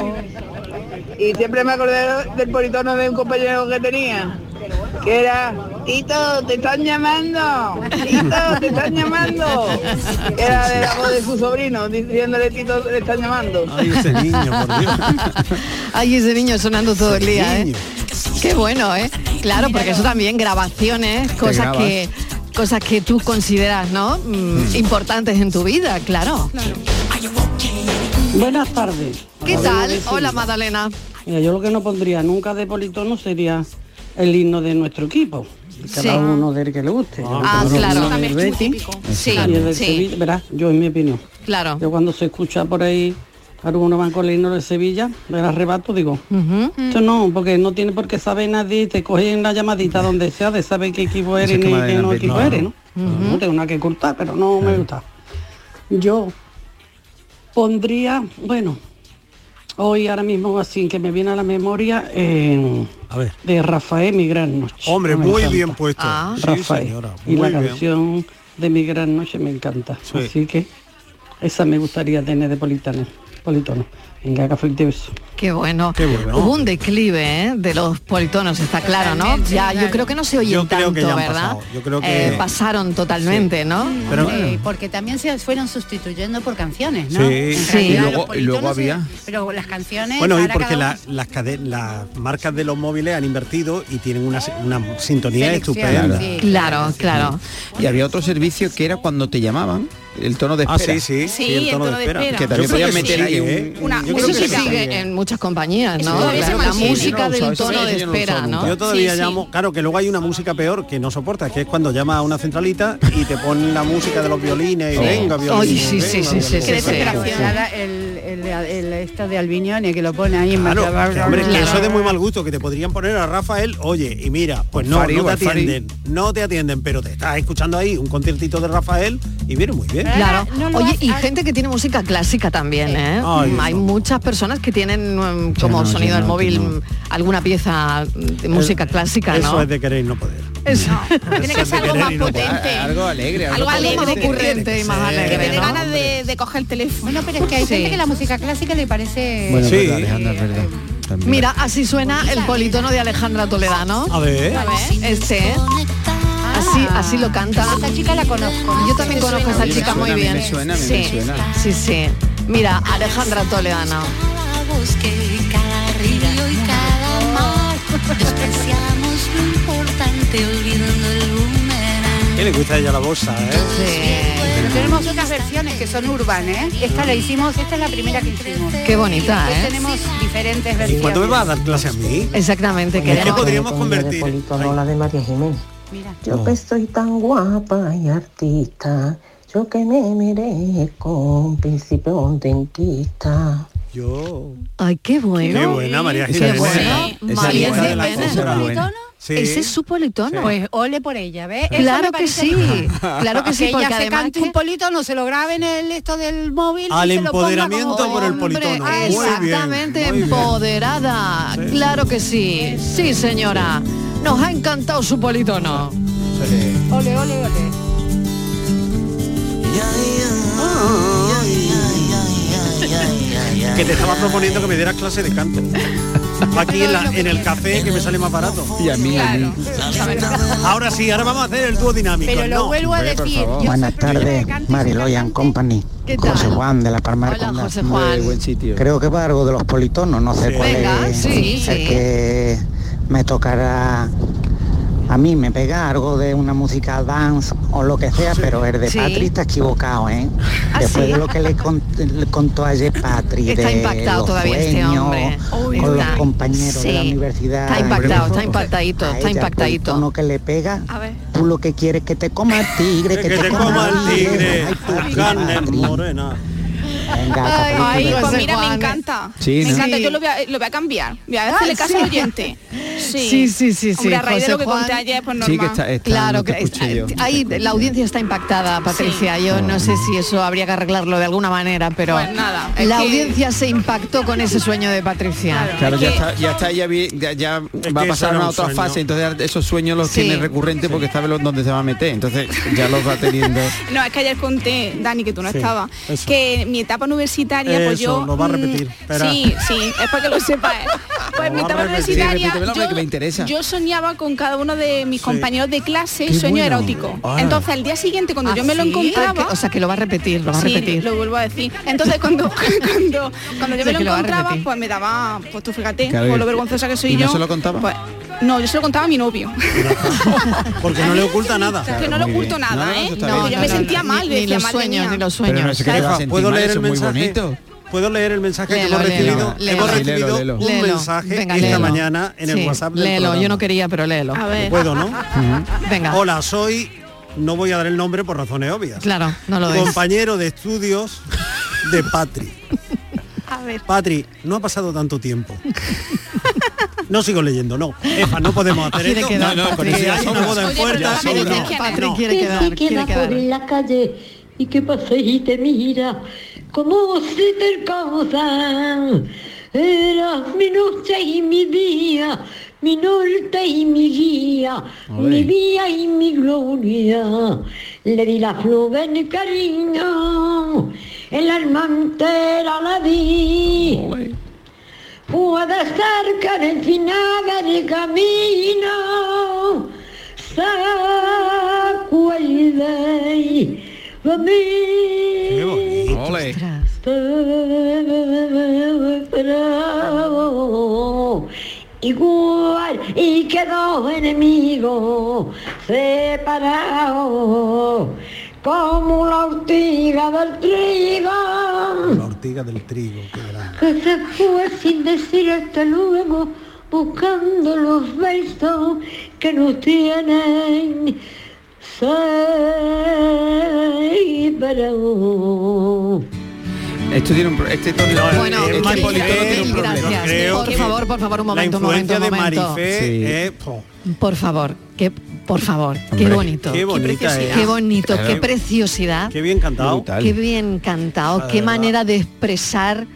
Y siempre me acordé del politono de un compañero que tenía, que era Tito, te están llamando, Tito, te están llamando. Era de la voz de su sobrino, diciéndole Tito, te están llamando. Ay, ese niño sonando todo el día, ¿eh? Qué bueno, ¿eh? Claro, porque eso también, grabaciones, cosas grabas. que cosas que tú consideras, ¿no? Mm, Importantes en tu vida, claro. Buenas tardes. ¿Qué Hola, tal? vecina. Hola, Magdalena. Mira, yo lo que no pondría nunca de politono sería el himno de nuestro equipo. Cada Sí. uno del que le guste. Ah, Yo claro. el También del es muy Betis típico. Sí, y el del sí. Sevilla. Verás, yo en mi opinión. Claro. Yo cuando se escucha por ahí alguno van con el himno de Sevilla, del arrebato, digo, esto no, porque no tiene por qué saber nadie, te cogen la llamadita donde sea de saber qué Eso equipo es eres que ni qué Magdalena no Betis, equipo no. eres, ¿no? No tengo nada que ocultar, pero no me gusta. Yo pondría, bueno, hoy ahora mismo así que me viene a la memoria eh, A ver. de Rafael Mi Gran Noche. Hombre, Me muy encanta. bien puesto. Ah. Sí, Rafael. señora, y muy la bien. canción de Mi Gran Noche me encanta. Sí. Así que esa me gustaría tener de Politano. Politono. Venga, café y beso. Qué bueno. Qué bueno. Hubo un declive ¿eh? de los politonos, está claro, ¿no? Totalmente, Ya, yo claro. creo que no se oyen Yo creo tanto, que ya han ¿verdad? pasado. Yo creo Eh, que... pasaron totalmente, ¿no? Pero- Sí, Eh, porque también se fueron sustituyendo por canciones, ¿no? Sí. En Sí. realidad Y luego- los y luego politonos se- había- Pero las Eh, canciones... Bueno, y ahora porque cada la- las, caden- las marcas de los móviles han invertido y tienen una, se- una sintonía Selección, estupenda. sí. Claro, claro. Y había otro servicio que era cuando te llamaban, el tono de Ah, sí, espera. sí, Sí, sí, el tono de espera. Que Yo también creo podían que meter sí, ahí ¿eh? un... Yo Eso creo que se sí. sigue en muchas compañías, Eso ¿no? todavía se la mantiene. música No, del ¿sabes? tono de Yo no lo espera, usaba ¿no? nunca. Yo todavía Sí, sí. llamo, claro que luego hay una música peor que no soporta, que es cuando llama a una centralita y te ponen la música de los violines y Sí. venga violín. Ay, sí, venga, sí, sí, sí, violín. sí, Qué sí. desesperación. Ahora el, el, el- esta de Albiñone que lo pone ahí en Claro, Barcelona. Ah, que, hombre, que eso es de muy mal gusto, que te podrían poner a Rafael, oye, y mira, pues no, Fari, no te Fari. atienden, no te atienden, pero te estás escuchando ahí un conciertito de Rafael y viene muy bien. ¿eh? Claro. Oye, y gente que tiene música clásica también, ¿eh? Ay, Hay muchas personas que tienen mm, como no, yo sonido del no, móvil mm, alguna pieza de música clásica, Eso ¿no? es de querer y no poder. Tiene que ser algo más potente. Algo alegre, Algo alegre, más ocurrente y más que alegre, te dé ¿no? ganas de, de coger el teléfono. Bueno, pero es que hay gente que la música clásica le parece... Bueno, Sí. es verdad, Alejandra, es verdad. También. Mira, así suena el politono de Alejandra Toledano. A ver. A ver, Este. Así, así lo canta. Esta chica la conozco. Yo también Me conozco suena. a esta chica A mí me muy suena, a bien. mí me suena, a mí sí, me suena. sí, sí. Mira, Alejandra Toledano. Cada río y cada mar despreciamos lo importante olvidando el boomerang. ¿Qué le gusta a ella la bolsa, eh? Pero tenemos otras versiones que son urbanas, ¿eh? Esta la hicimos, esta es la primera que hicimos. Qué bonita, Y después ¿eh? tenemos diferentes ¿Y versiones. cuándo me va a dar clase a mí? Exactamente, Es que queremos. podríamos convertir. la de María Jiménez. Yo que soy tan guapa y artista, yo que me merezco un principio un dentista. Yo. Ay, qué bueno. Qué buena, María Qué Jiménez. bueno. Esa es María buena. Esa es buena. Jiménez. Esa es buena. Sí. Ese es su politono. Pues ole por ella, ¿ves? Eso Claro me que parece sí, bien. claro que sí, ella porque se además cante un politono, se lo grabe en el esto del móvil. y Al se lo ponga empoderamiento como- por el politono. Hombre, Muy bien, exactamente muy bien. empoderada. Claro que sí. Sí, señora. Nos ha encantado su politono. pues, Ole, ole, ole. Que te estaba proponiendo que me dieras clase de canto. Aquí en, la- en el café que me sale más barato. Y a mí, a mí. Ahora sí, ahora vamos a hacer el dúo dinámico. Pero lo No. vuelvo a decir. yo Buenas tardes, Mariló y Company. ¿Qué tal? José Juan de la Palma de Conda. José Juan. Muy buen sitio. Creo que va algo de los politonos, no sé Sí. cuál Venga, es sí, el sí. que me tocará a mí, me pega algo de una música dance o lo que sea, pero el de Sí. Patri está equivocado, ¿eh? ¿Ah, Después sí? de lo que le, con- le contó ayer Patri, Está de impactado los todavía este sueños, hombre. Uy, con los está- compañeros de la sí. universidad. Está impactado, está impactadito, A está ella, pues, el impactadito. politono que le pega, tú lo que quieres es que te coma el tigre, Que te coma el tigre, Ay, tu carne es morena. Ay, película. pues José mira, me Juan. encanta. Sí, me ¿no? encanta, Sí. yo lo voy, a, lo voy a cambiar. Voy a Ah, hacerle caso al sí. oyente. Sí, Sí, sí, sí, sí. Hombre, a raíz de lo José que conté Juan. ayer, pues normal. Sí, que está- está- Claro no te que escuché yo. Ahí la audiencia está impactada, Patricia. Yo no sé si eso habría que arreglarlo de alguna manera, pero Pues nada, es la que- audiencia se impactó con ese sueño de Patricia. Claro, ya está, ya está, ya, vi- ya- ya va a que eso pasar era a un otra sueño. fase, entonces esos sueños los Sí. tiene recurrente porque sabe lo- dónde se va a meter, entonces ya los va teniendo. No, es que ayer conté, Dani, que tú no Sí, estabas, eso. que mi etapa universitaria, pues Eso, yo... lo va a mm, repetir, espera. Sí, sí, es para que lo sepas. Pues Lo mi va a etapa repetir. Sí, universitaria, repítemelo, yo, hombre, que me interesa. yo soñaba con cada uno de mis compañeros de clase Qué sueño bueno. erótico. Ah. Entonces, al día siguiente, cuando ¿Ah, yo me lo sí? encontraba... Ah, que- O sea, que lo va a repetir, lo va a Sí, repetir. lo vuelvo a decir. Entonces cuando cuando, cuando yo Sí, me lo que lo va a encontraba, repetir. pues me daba, pues tú fíjate, Claro, por y- lo vergonzosa que soy ¿y no yo. se lo contaba? pues, no, yo se lo contaba a mi novio. Porque no le oculta nada. que no le oculto nada, ¿eh? Porque yo me sentía mal, ni- ni decía los madre sueños, mía. ni los sueños. Pero no se cree que va a sentir ¿Puedo mal, leer eso el es muy mensaje? bonito. Puedo leer el mensaje Léelo, que hemos léelo, recibido. léelo. Hemos Léelo, recibido léelo. un Léelo. mensaje Venga, esta léelo. mañana en Sí, el WhatsApp del Léelo, yo programa. no quería, pero léelo. Puedo, ¿no? Venga. Hola, soy. No voy a dar el nombre por razones obvias. Claro, no lo des. Compañero de estudios de Patri. A ver. Patri, no ha pasado tanto tiempo. No sigo leyendo, no. Efa, no podemos hacer Quiere esto. quedar, No, no, Patri. Si hay una boda en Oye, pero puerta, déjame sobra. decir quién es. No. Que se queda por la calle y que pasa y te mira como si te alcanzan. Eras mi noche y mi día, mi norte y mi guía, Olé. mi día y mi gloria. Le di la flor en el cariño, el alma entera la di. Puede ser que en el final del camino se acuerde de mí. Ole. Pero Igual y que dos enemigos separados como la ortiga del trigo Ortiga del trigo. qué grande. que se fue sin decir hasta luego, buscando los versos que nos tienen separados. Esto tiene un pro- este tono- Bueno, este Marifé, politono tiene un problema. gracias. eh, Por favor, por favor, un momento, un momento, un momento. Sí. Por favor, que Por favor, Hombre, qué bonito. qué bonita preciosidad. era. Qué bonito, Claro. qué preciosidad. Qué bien cantado. Brutal. Qué bien cantado, La qué verdad. manera de expresar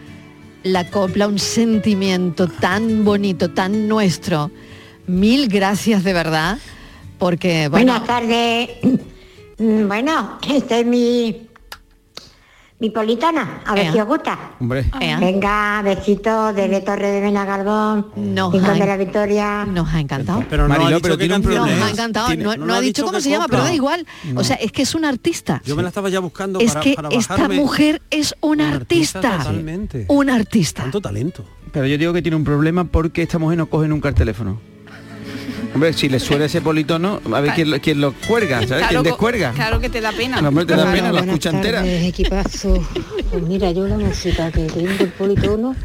la copla, un sentimiento tan bonito, tan nuestro. Mil gracias de verdad, porque bueno, Buenas tardes. Mm, Bueno, este es mi mi politona, a ver Ea. si os gusta. Hombre. Eh, Ea. Venga, besito desde Torre de Benagarbón, Nos Rincón ha- de la Victoria. Nos ha encantado. Pero no ha dicho pero qué tiene un canción problema. nos ha es. encantado. Tiene- no no no, lo ha dicho cómo se llama, pero copla. da igual. No. O sea, es que es un artista. Yo me la estaba ya buscando es para, que para esta bajarme. mujer es una artista. totalmente. Un artista. Tanto talento. Pero yo digo que tiene un problema porque esta mujer no coge nunca el teléfono. Hombre, si le suele ese politono, a ver quién lo, quién lo cuelga, ¿sabes? ¿Quién descuelga? Claro que te da pena. La mujer te da Claro. pena, la buenas escucha entera. tardes. equipazo. Pues mira, yo la música que tengo el politono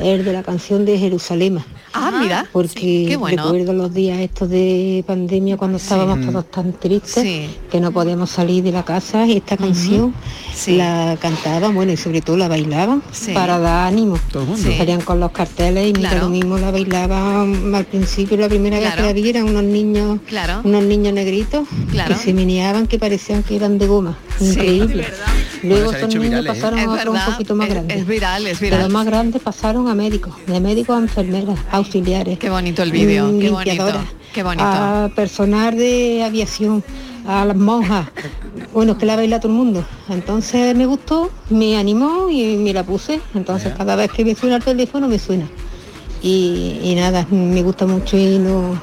es de la canción de Jerusalén. Ah, mira. Porque qué bueno. recuerdo los días estos de pandemia cuando estábamos todos tan tristes que no podíamos salir de la casa y esta canción la cantaban, bueno, y sobre todo la bailaban para dar ánimo. mundo. Sí. Salían con los carteles y mira Claro. lo mismo la bailaban al principio, la primera vez que Claro. la vi eran unos niños, Claro. unos niños negritos Claro. que se meneaban que parecían que eran de goma. Sí. Increíble. Luego Bueno, se han estos hecho niños virales, ¿eh? pasaron Es a otros verdad, un poquito más es- grandes. es viral, es De viral. los más grandes pasaron a médicos, de médicos a enfermeras, auxiliares. Qué bonito el vídeo, mm, qué bonito, limpiadoras, qué bonito. A personal de aviación, a las monjas. Bueno, es que la baila todo el mundo. Entonces me gustó, me animó y me la puse. Entonces cada vez que me suena el teléfono me suena. Y, y nada, me gusta mucho y no,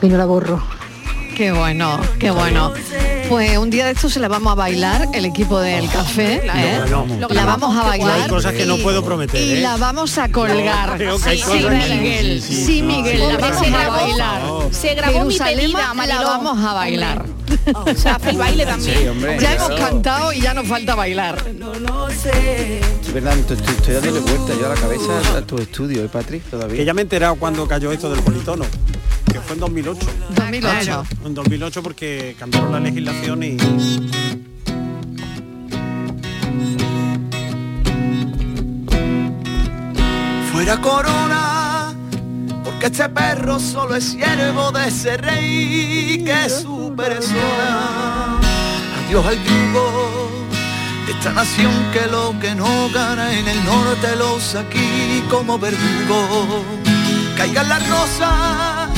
y no la borro. Qué bueno, qué bueno. Pues un día de esto se la vamos a bailar, el equipo del café. ¿eh? grabamos. Lo La grabamos, vamos a qué guay. bailar. Hay cosas que no y- puedo prometer, Y ¿eh? la vamos a colgar. creo que hay sí, cosas que- Miguel. sí, sí, Sí, no, Miguel, sí, la hombre, vamos se a grabó- bailar. se grabó mi Jerusalén, pedida, la Mariló. vamos a bailar. O sea, hace el baile también. Sí, hombre, ya hemos claro. cantado y ya nos falta bailar. Es verdad, estoy, estoy- estoy dándole vuelta yo a la cabeza a tu estudio, ¿eh, Patrick? Todavía. Que ya me he enterado cuando cayó esto del politono, que fue en 2008. 2008. En 2008 porque cambiaron la legislación y... fuera corona, porque este perro solo es siervo de ese rey que es su persona. Adiós al yugo de esta nación que lo que no gana en el norte los aquí como verdugo. Caigan las rosas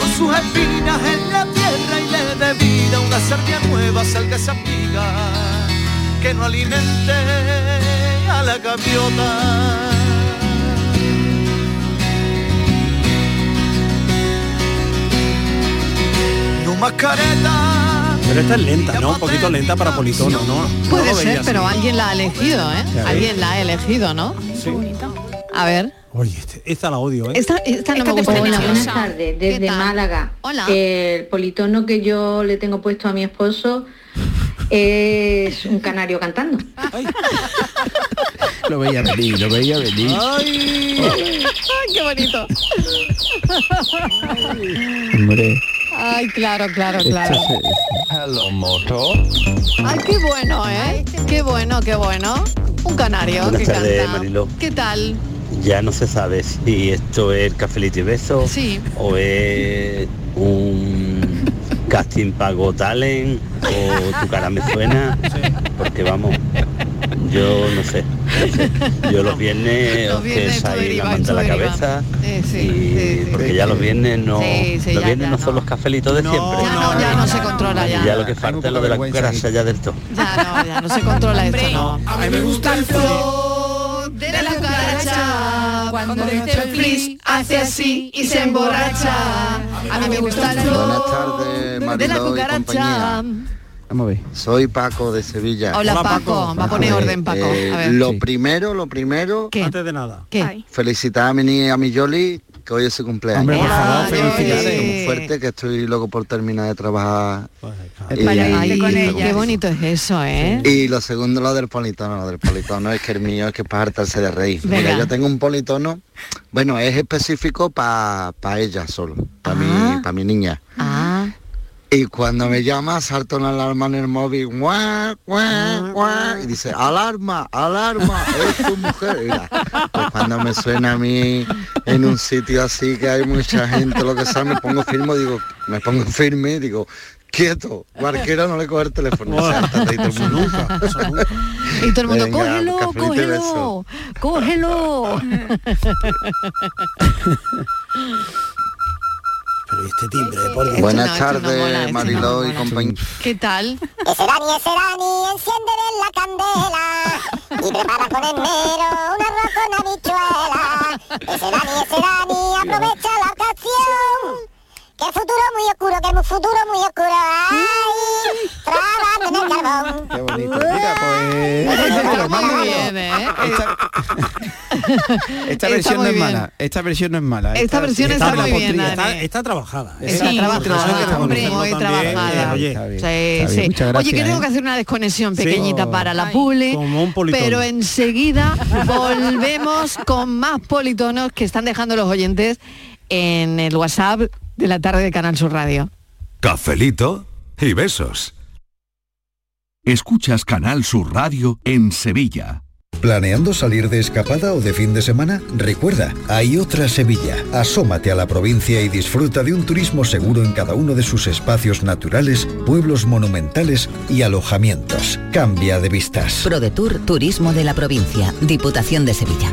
con sus espinas en la tierra y le dé vida una sardia nueva, salga esa piga que no alimente a la gaviota. No más careta. Pero esta es lenta, ¿no? Un poquito lenta para politono, ¿no? No Puede lo ¿eh? ser, veía así. pero alguien la ha elegido, ¿eh? Ya ves. Alguien la ha elegido, ¿no? A ver. Oye, este- esta la odio, ¿eh? Esta, esta no me gusta. Hola, mucho. buenas tardes, desde Málaga. Hola. El politono que yo le tengo puesto a mi esposo es un canario cantando. Lo veía venir, lo veía venir. ¡Qué bonito! Hombre, Ay, claro, claro, claro. esto se- A los motos. Ay, qué bueno, ¿eh? Qué bueno, qué bueno. Un canario Buenas que tardes, canta. Mariló. ¿Qué tal? Ya no se sabe si esto es el cafelito y beso Sí. o es un casting pago talent o tu cara me suena, porque vamos, yo no sé. no sé. Yo los viernes Los os viernes quedáis esto ahí la deriva, manta esto a la deriva. cabeza, Eh, sí. y porque ya los viernes no, Sí, sí, los ya, viernes ya no son los cafelitos de siempre. Ya no, ya no se controla ya. ya. lo que falta es lo de la cucaracha ya del todo. Ya no, ya no se controla esto, no. A mí me gusta el flow de la cucaracha. Cuando el frizz hace así y se emborracha. A mí me gusta el flow. Buenas tardes, De Mariló la y cucaracha. compañía. Vamos a ver. Soy Paco de Sevilla. Hola, Hola, Paco. Paco. Va a poner ver, orden, Paco. A eh, ver. Lo Sí. primero, lo primero. Antes de nada. ¿Qué? Felicitar a mi niña, a mi Yoli, que hoy es su cumpleaños. Hombre, por favor, Felicidades. felicidades. Muy fuerte, que estoy loco por terminar de trabajar. Pues, Eh, Y- Ay, qué bonito es eso, ¿eh? y lo segundo, lo del politono, lo del politono es que el mío es que es para hartarse de reír. Venga. Mira, yo tengo un politono, bueno, es específico para ella solo, para mi, pa' mi niña. Y cuando me llama, salta una alarma en el móvil, guau, guau, guau, y dice, alarma, alarma, es tu mujer. Mira, pues cuando me suena a mí en un sitio así que hay mucha gente, lo que sea, me pongo firme, digo, me pongo firme, digo, quieto, barquera no le coge el teléfono. O sea, hasta Ah, ahí todo el mundo. Y todo el mundo, Venga, cógelo, cafelito y cógelo, cógelo. Pero ¿y este timbre, por Dios. Buenas no, esto no tardes, mola, esto no Mariló y mola. compañía. ¿Qué tal? Ese Dani, ese Dani, enciende bien la candela y prepara con enero un arroz con habichuela. Ese Dani, ese Dani, aprovecha la ocasión. Que el futuro es muy oscuro, que el futuro es muy oscuro. Ay, trabajando en el carbón. Qué bonito. Mira, pues. Esta ¿eh? Está versión no muy es bien. mala. Esta versión no es mala. Esta versión está muy bien, ¿eh? Dani. trabajada. ¿eh? Está Sí, trabajada, está hombre, bonito muy también. trabajada. Eh, oye, Sí, está sí. bien, muchas gracias, Oye, que tengo ¿eh? que hacer una desconexión Sí. pequeñita Oh. para la pule. Como un politono. Pero enseguida volvemos con más politonos que están dejando los oyentes en el WhatsApp de la tarde de Canal Sur Radio. Cafelito y besos. Escuchas Canal Sur Radio en Sevilla. ¿Planeando salir de escapada o de fin de semana? Recuerda, hay otra Sevilla. Asómate a la provincia y disfruta de un turismo seguro en cada uno de sus espacios naturales, pueblos monumentales y alojamientos. Cambia de vistas. ProDetour Turismo de la Provincia, Diputación de Sevilla.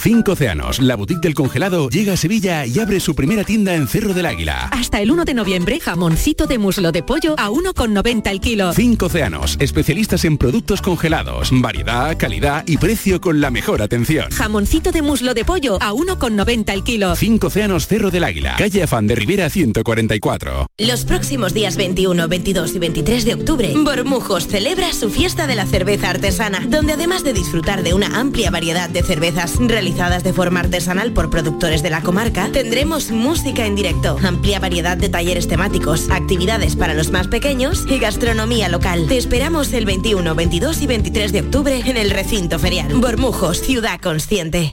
Cinco Océanos, la boutique del congelado, llega a Sevilla y abre su primera tienda en Cerro del Águila. Hasta el 1 de noviembre, jamoncito de muslo de pollo a 1,90 el kilo. Cinco Océanos, especialistas en productos congelados, variedad, calidad y precio con la mejor atención. Jamoncito de muslo de pollo a 1,90 el kilo. Cinco Océanos Cerro del Águila, calle Afán de Rivera 144. Los próximos días 21, 22 y 23 de octubre, Bormujos celebra su fiesta de la cerveza artesana, donde además de disfrutar de una amplia variedad de cervezas realizadas de forma artesanal por productores de la comarca, tendremos música en directo, amplia variedad de talleres temáticos, actividades para los más pequeños y gastronomía local. Te esperamos el 21, 22 y 23 de octubre en el recinto ferial. Bormujos, ciudad consciente.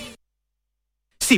Si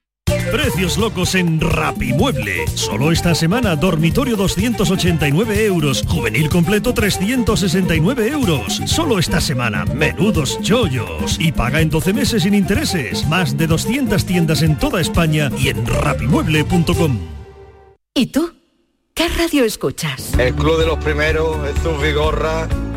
Precios locos en Rapimueble. Solo esta semana, dormitorio 289 euros, juvenil completo 369 euros. Solo esta semana, menudos chollos. Y paga en 12 meses sin intereses. Más de 200 tiendas en toda España y en rapimueble.com. ¿Y tú? ¿Qué radio escuchas? El Club de los Primeros, Jesús Vigorra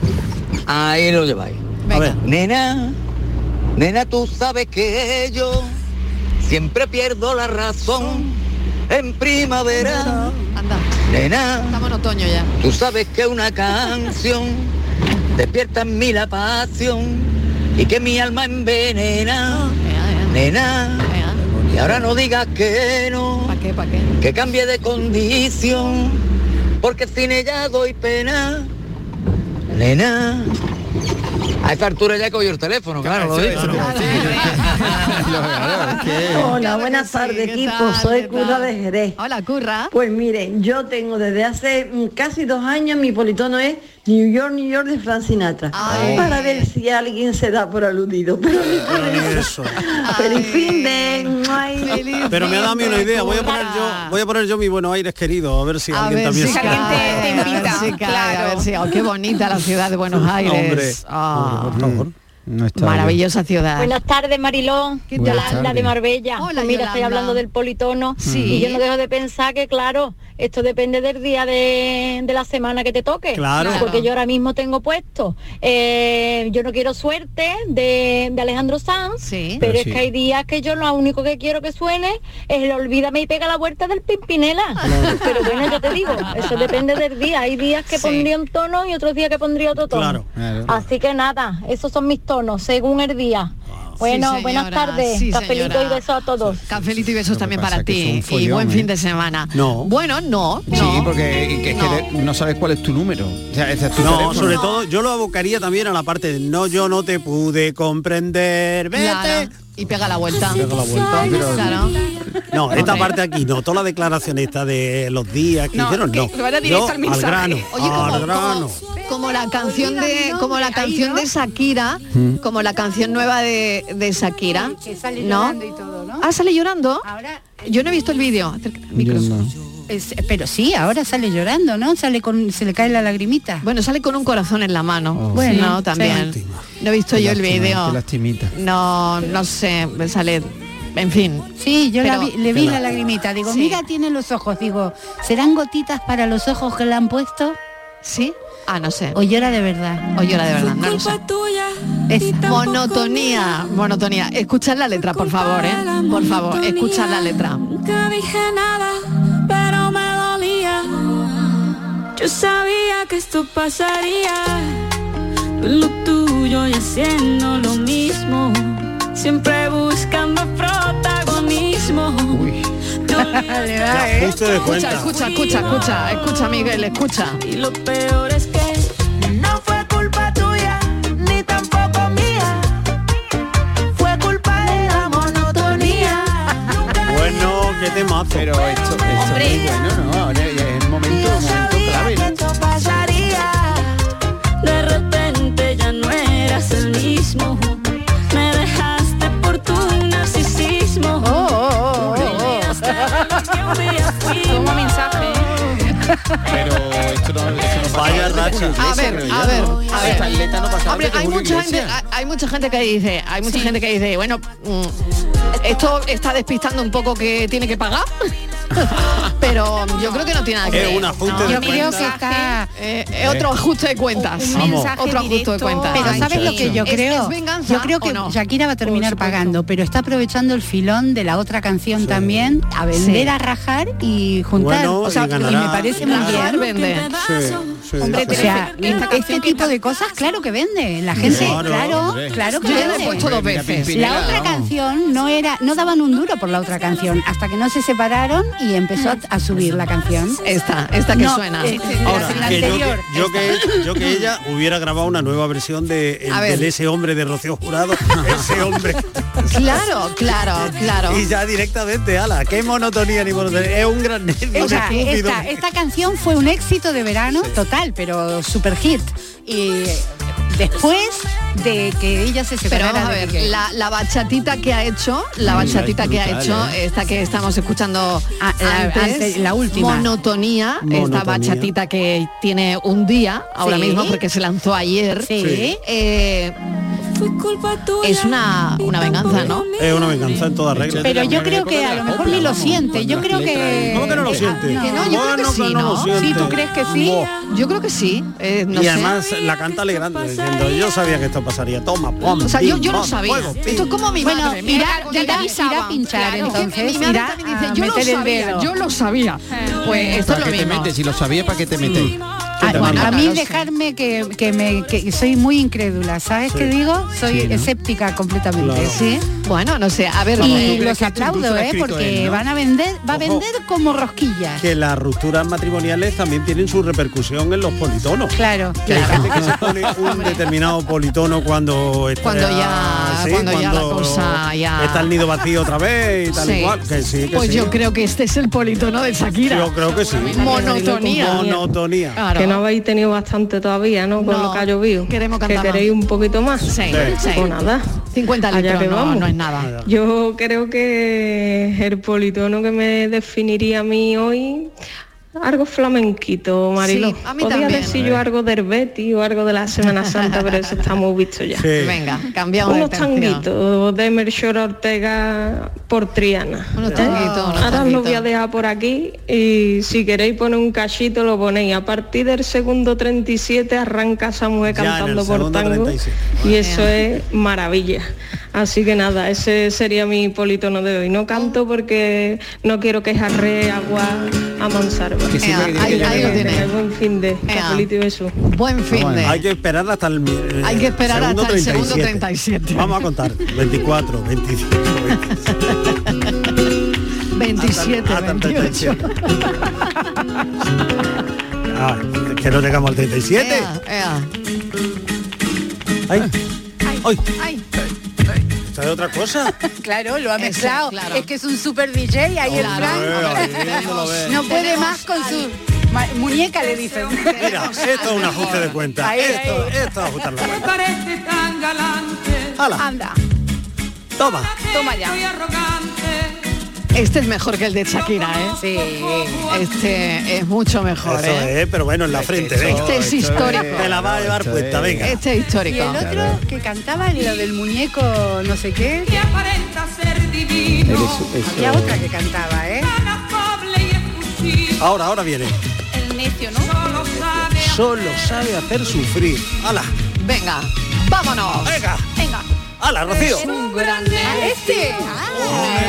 Ahí lo lleváis. A ver. Nena, nena, tú sabes que yo siempre pierdo la razón en primavera. Anda. Nena. Estamos en otoño ya. Tú sabes que una canción despierta en mí la pasión y que mi alma envenena, nena. Y ahora no digas que no, ¿Para qué, para qué? que cambie de condición, porque sin ella doy pena, nena. A esta altura ya he cogido el teléfono, ¿eh? claro, lo digo. Hola, buenas tardes equipo, soy Curra de Jerez. Hola, Curra. Pues miren, yo tengo desde hace mm, casi dos años, mi politono es New York, New York de Frank Sinatra. Para ver si alguien se da por aludido. Pero ni por eso. Feliz fin de... Ay. Pero me ha dado a mí una idea, voy a poner yo, voy a poner yo mi Buenos Aires querido, a ver si alguien ver también si se- alguien te- te invita, Ah, Sí, claro. a ver si- oh, qué bonita la ciudad de Buenos Hombre. Aires. Ah, Por favor. No está maravillosa ciudad. Buenas tardes, Marilón. ¿Qué tal? Buenas Yolanda tardes. de Marbella. Hola, Pues mira, estoy Yolanda. hablando del politono Sí. y yo no dejo de pensar que, claro, esto depende del día de, de la semana que te toque. Claro. Porque yo ahora mismo tengo puesto eh, Yo no quiero suerte de, de Alejandro Sanz, pero Pero es sí. que hay días que yo lo único que quiero que suene es el Olvídame y pega la vuelta del Pimpinela. Pero bueno, yo te digo, eso depende del día. Hay días que pondría un tono y otros días que pondría otro tono. Claro. Claro. Así que nada, esos son mis tonos según el día. Bueno, Sí, buenas señora, tardes. sí, Cafelito señora. y besos a todos. Cafelito y besos también pasa para es ti. que fue un y follón, buen ¿eh? fin de semana. No. Bueno, no, Sí, no. porque y que es que de- no sabes cuál es tu número. O sea, ese es tu No, teléfono. sobre todo yo lo abocaría también a la parte de no yo no te pude comprender. Vete. Claro. Y pega la vuelta. Pega la vuelta, pero- Claro. No, esta parte aquí no, toda la declaración esta de los días que No, hicieron, que no. te vaya directo Yo, al mensaje. grano, Ah, Oye, al como- grano. Como la canción de como la canción de Shakira, Mm. como la canción nueva de, de Shakira, Que sale ¿no? llorando y todo, ¿no? Ah, sale llorando. Yo no he visto el vídeo. Acércate. Yo no. Es- pero sí, ahora sale llorando, ¿no? Sale con, se le cae la lagrimita. Bueno, sale con un corazón en la mano. Oh, Bueno, Bueno, también. sí. No he visto yo el video. lastimita. No, no sé, me sale. En fin. Sí, yo la Pero- vi- le vi la lagrimita. Digo, mira, tiene los ojos. Digo, ¿serán gotitas para los ojos que le han puesto? Sí. Ah, no sé. O llora de verdad. O llora de verdad. No lo sé. Monotonía, monotonía. Escuchad la letra, por favor, ¿eh? Por favor, escuchad la letra. Nunca dije nada, pero me dolía. Yo sabía que esto pasaría. Tú en lo tuyo y haciendo lo mismo. Siempre buscando protagonismo. Te olvidas de Ya, justo de todo. cuenta. Escucha, escucha, escucha, escucha, Miguel, escucha. Y lo peor es que no fue culpa tuya, ni tampoco mía. Fue culpa de la monotonía. Bueno, qué temazo. Pero esto, esto es muy bueno, ¿no? Ahora ya es el momento, un momento clave. ¿no? Esto pasaría. De repente ya no eras el mismo. Me dejaste por tu narcisismo. Oh. Como mensaje. ¿eh? Pero esto no, esto no Vaya racha. A ver, a ver, a ver. Esta letra no pasaba Hombre, antes de hay Julio mucha gente, ah, Iglesias. hay- hay mucha gente que dice, hay mucha gente que dice, bueno, mm, esto está despistando un poco que tiene que pagar. Pero yo creo que no tiene nada que Es ver. un ajuste de yo creo cuentas. que está eh, es otro ajuste de cuentas. Un mensaje otro ajuste de directo. cuentas. Pero ¿sabes lo que yo Es- creo? es venganza yo creo o que no? Shakira va a terminar pagando, pero está aprovechando el filón de la otra canción también a vender Sí. a rajar y juntar. Bueno, o sea, y ganará. me parece muy Rajar bien. vende. Sí, Hombre, o sí. sea, tiene que- este tipo de cosas, claro que vende. La gente, Claro, claro, claro, hombre. que Yo ya vende. la he puesto dos Mira, veces. Pimpinela, La otra vamos. canción no era, no daban un duro por la otra canción, hasta que no se separaron y empezó a, a subir la canción. Mm. este, Esta, esta que suena. Oh, Ahora, la que yo, anterior. que, yo, que, yo que ella hubiera grabado una nueva versión de, el- A ver. del ese hombre de Rocío Jurado, ese hombre. Claro, claro, claro. Y ya directamente, ala, qué monotonía ni monotonía. Es un gran nervio. O sea, estúpido. esta, esta canción fue un éxito de verano total, pero super hit. Y después de que ella se Pero separara vamos a de ver, Piqué. la, la bachatita que ha hecho, la Mm, bachatita es que ha brutal, hecho, ¿eh? esta que estamos escuchando Ah, la- antes, antes, la última. Monotonía, esta Monotonía. bachatita que tiene un día ahora Sí. mismo porque se lanzó ayer. Sí. eh, es una, una venganza, ¿no? Es una venganza en toda regla. Pero yo creo que a lo mejor ni lo siente. Yo creo que. Ah, ¿Cómo que no lo siente? Que no, yo creo Bueno, que sí, no lo ¿no? siente. que sí? Yo creo que sí. eh, no y sé. además la canta alegrando, diciendo, yo sabía que esto pasaría. Toma, pom, O sea, yo, yo pim, no pam, sabía. fuego, pim. Esto es como mi Bueno, madre. mi irá- madre cuando irá- le avisaba. irá a pinchar, Claro, que mi- entonces, mi madre irá también dice, a yo lo meter el sabía, dedo. yo Ah, lo sabía. Pues esto es ¿Para lo qué te mismo. metes? Si lo sabía, ¿para qué te metes? Eh, A, a mí no sé. dejarme que, que me que soy muy incrédula, ¿sabes Sí. qué digo? Soy Sí, ¿no? escéptica completamente. Claro. Sí. Bueno, no sé, a ver, y ¿tú crees los que esto incluso aplaudo, lo ha ¿eh? escrito Porque él, no? van a vender, va a vender como rosquillas. Que las rupturas matrimoniales también tienen su repercusión en los politonos. Claro, Que hay claro. gente que se pone un determinado politono cuando está, Cuando ya- Ah, cuando ya la cosa ya- está el nido vacío otra vez y tal Ah. Sí. igual. Que sí, que Pues sí. yo creo que este es el politono de Shakira. Yo creo que sí. Monotonía. Monotonía. Que no habéis tenido bastante todavía, ¿no? Con No, lo que ha llovido. Queremos cantar Que queréis más. un poquito más. Sí, sí. Pues nada. 50 allá litros, que no, vamos. no es nada. Yo creo que el politono que me definiría a mí hoy, algo flamenquito, Marilo. Sí, a mí Podría también. decir yo algo del Betty o algo de la Semana Santa, pero eso está muy visto ya. Venga, cambiamos de Unos canción. tanguitos de Melchor Ortega por Triana. Unos ¿eh? tanguitos, unos Ahora os lo voy a tanguitos. dejar por aquí y si queréis poner un cachito lo ponéis. A partir del segundo 37 arranca Samuel Ya, en el cantando por segundo tango 37. y eso es maravilla. Así que nada, ese sería mi politono de hoy. No canto porque no quiero que jarre agua a mansalva. Que siempre Ea, que ahí- dice que ahí lo llueve. tiene. Buen fin de cafelito y beso. Buen Hay que esperar hasta el eh, Hay que esperar hasta el segundo 37. Vamos a contar. 24, 25, 27, 28. Ah, que no llegamos al 37. Ea, ea. Ay, ay, Ay, ¿Esta es otra cosa? claro, lo ha Eso, mezclado. claro. Es que es un super DJ ahí el Claro. Frank. Eh, ahí viéndolo ver. No puede más con su ma- muñeca, le dicen. Mira, esto es un ajuste de cuenta. Ahí, Esto, ahí. esto es ajustar la cuenta. parece tan galante. Hala. Anda. Toma. Toma ya. Soy arrogante. Este es mejor que el de Shakira, ¿eh? Sí. Este es mucho mejor, Eso ¿eh? es, pero bueno, en la frente, venga. Este es histórico. Te la va a llevar puesta, venga. Este es histórico. Y el otro que cantaba lo del muñeco no sé qué. Había otra que cantaba, ¿eh? Ahora, ahora viene. El necio, ¿no? Solo sabe hacer sufrir. ¡Hala! Venga, vámonos. Venga. Venga. ¡Hala, Rocío! Un gran este.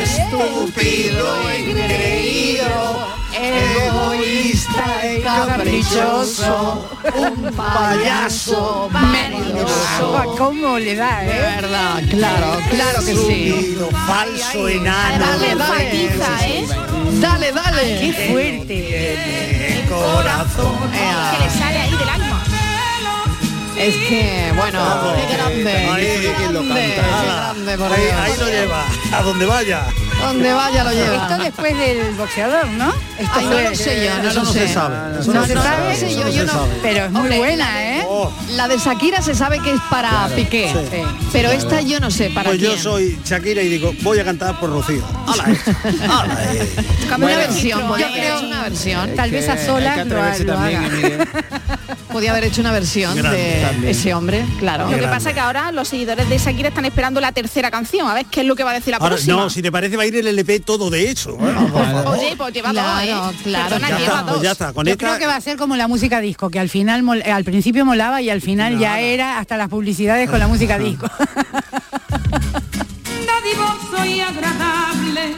Estúpido, engreído, egoísta y caprichoso, un payaso vanidoso. ¿Cómo le da, eh? De verdad, claro, claro que sí. Presumido, falso enano. Dale, dale. ¿eh? Dale, dale. Qué fuerte. El corazón. Que le sale ahí del alma. Es que, bueno, Vamos. qué grande. Ahí qué tiene quien lo grande, canta. qué Ala. grande, por Ahí, Dios. ahí lo lleva, a donde vaya. Donde vaya lo lleva. Esto después del boxeador, ¿no? Esto Ay, no fue- lo sé yo, no Eso lo no sé. se sabe. eso No se sabe, eso sí, yo- no yo se no- sabe. Pero es muy Hombre, buena, ¿eh? La de Shakira se sabe que es para Claro, Piqué, sí. pero Claro. esta yo no sé para Pues quién. yo soy Shakira y digo, voy a cantar por Rocío. ¡Hala! esta, ¡Hala! eh. Una Bueno. versión, podía Yo haber creo- hecho una versión. Tal vez a solas lo, ha- lo haga. Podía haber hecho una versión Grande, de también. ese Este hombre, claro. Lo que pasa es que ahora los seguidores de Shakira están esperando la tercera canción, a ver qué es lo que va a decir la Ahora, próxima. no, si te parece va a ir el LP todo de hecho. Bueno, por favor. Oye, pues lleva Claro, dos, ¿eh? claro. Perdona, Ya lleva está, dos. pues ya está. Con Yo esta- creo que va a ser como la música disco, que al final mol- eh, al principio molaba y al final ya era hasta las publicidades con la música disco. Dadivoso y agradable.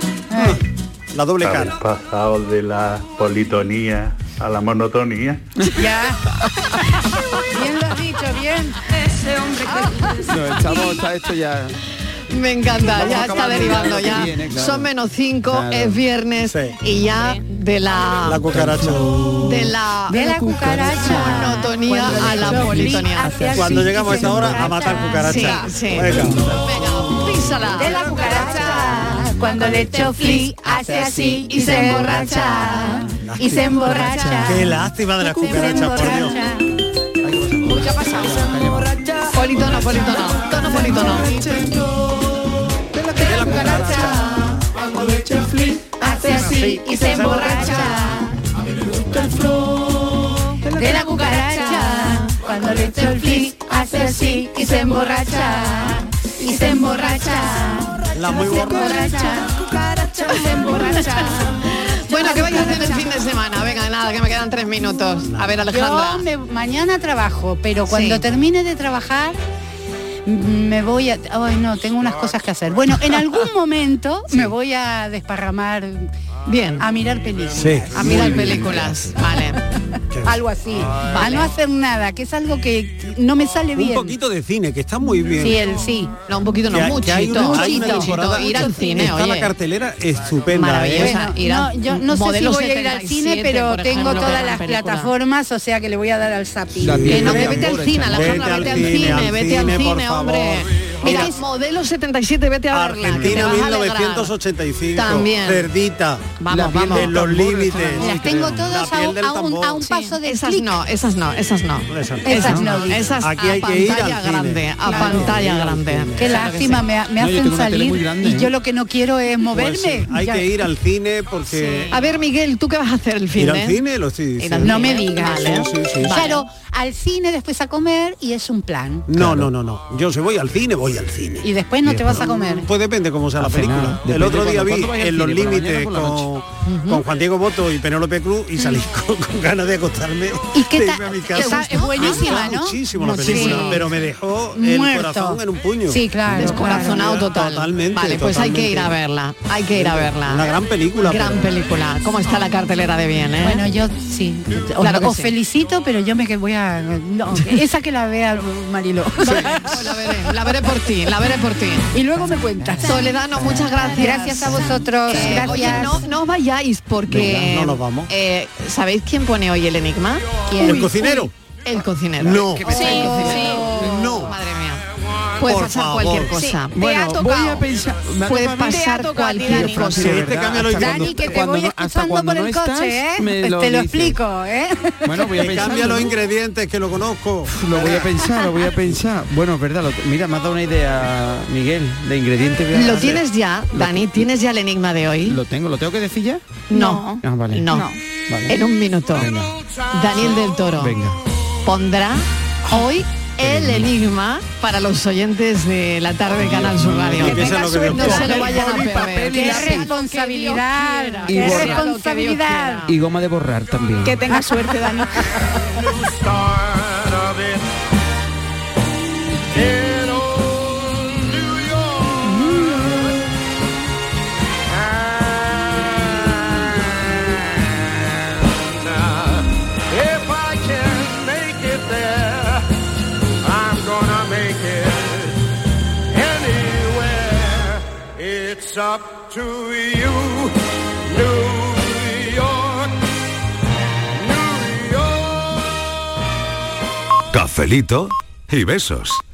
la doble Habéis cara. pasado de la politonía a la monotonía. ya. bien lo has dicho, bien. Ese hombre que... No, estamos, está esto ya. Ah. Me encanta, Vamos ya está acabando ya derivando lo que ya. viene, claro. Son menos cinco, Claro. es viernes Sí. y ya de la, La cucaracha. de la De la cucaracha. monotonía Cuando a la le sopli politonía. hacia el Cuando sí, llegamos a se esta hora, a matar Sí, cucaracha. sí. Venga. Venga, písala. De la cucaracha, cuando le echo fli, hace así y se emborracha. Y se emborracha. Qué lástima de las cucarachas, por Dios. ¿Qué ha pasado? Politono, politono, tono politono. hace así y se emborracha. De la cucaracha, cuando le echo el flick, hace así y se emborracha. Y se emborracha, La muy se gorda. emborracha, se emborracha. Bueno, ¿qué vais a hacer el fin de semana? Venga, nada, que me quedan tres minutos. A ver, Yo Alejandra. me- mañana trabajo, pero cuando Sí. termine de trabajar mm, me voy a ay no tengo unas cosas que hacer bueno en algún momento me voy a desparramar Bien, a mirar películas Sí. a mirar películas. Vale. algo así a no hacer nada que es algo que no me sale Un bien poquito de cine, que está muy bien. sí el sí No, un poquito no, Que hay- que muchito. hay una- hay una muchito, temporada- Ir al cine, Está la oye. cartelera estupenda. ¿eh? Maravillosa. Bueno, ir a no, yo no sé si Modelo voy a ir al 77, cine, pero por tengo ejemplo, todas gran las película. plataformas, o sea que le voy a dar al zapi. La Que no, que Tiene vete al tambores, cine, Alejandra, chaval. vete al cine, vete al por cine, favor. hombre. Mira, Mira, modelo 77, vete a verla. que te Argentina vas a alegrar. 1985. También. Cerdita. Vamos, la piel vamos. de los límites. Las tengo todas La a piel un, del a un- tambor. a un paso de Esas clic. no, esas no, esas no. Esa. Esas Esas no, no. esas Aquí a hay que ir pantalla al cine. grande, a Claro. pantalla grande. Qué Claro que sí. lástima, me, ha- me No, yo tengo hacen una tele salir muy grande, y ¿eh? yo lo que no quiero es moverme. Pues sí, hay Ya. que ir al cine porque... A ver, Miguel, ¿tú qué vas a hacer el fin Ir de? al cine, lo estoy Ir al cine. diciendo. Eh, No me digas. ¿eh? Sí, sí, sí, sí. Claro, al cine después a comer y es un plan. No, no, no, no. Yo si voy al cine, voy al cine. Y después no te vas a comer. Pues depende cómo sea la cenar. película. El Depende otro día cuándo- vi ¿cuándo vais al en Los cine? ¿Por la mañana Límites o por la con, con Juan Diego Boto y Penélope Cruz y salí con, con ganas de acostarme ¿Y qué de tal? irme a mi O sea, casa. es buenísima, Ah, ¿no? Muchísimo la Muchísimo. película, pero me dejó el Muerto. corazón en un puño. Sí, claro. Descorazonado claro. total. Totalmente, Vale, pues hay que ir totalmente. a verla. Hay que ir a verla. Una gran película. Gran pero- película. ¿Cómo está la cartelera de bien, eh? Bueno, yo sí. Os, Claro que os sí. felicito, pero yo me que voy a. no, esa que la vea Marilo. la veré, la veré por ti, la veré por ti. y luego me cuentas. Soledad, no, muchas gracias. Gracias a vosotros. Eh, gracias. oye, no, no os vayáis porque Venga, no nos vamos. eh, ¿Sabéis quién pone hoy el enigma? ¿El cocinero? El cocinero. No. El cocinero. No. Madre mía. Puede Por pasar favor. cualquier cosa. Sí, te bueno, ha tocado. voy a pensar. Me ha Puede tocado a mí. pasar Te ha tocado a ti, cualquier Dani. cosa. Sí, este cambio lo hice Dani, cuando- que te cuando voy no- escuchando hasta cuando por el no estás, coche, ¿eh? Pues me lo te lo dices. explico, ¿eh? Bueno, voy a Que cambia pensarlo. los ingredientes que lo conozco. Lo voy a pensar, lo voy a pensar. Bueno, es verdad, lo- mira, me has dado una idea, Miguel, de ingredientes. voy a ¿Lo hacer. tienes ya, Dani? ¿Tienes ya el enigma de hoy? Lo tengo, ¿lo tengo que decir ya? No. Ah, vale. No. Vale. En un minuto. Venga. Daniel del Toro Venga. pondrá hoy el enigma para los oyentes de la tarde de Canal Sur Radio. Que tenga suerte. No se lo Papel, vayan a boli, perder. papel y Qué lápiz. responsabilidad. Y Qué borra. responsabilidad. Y goma de borrar también. Que tenga suerte, Dani. Mm. If I can make it there, I'm gonna make it anywhere. It's up to you, New York. Cafelito y besos.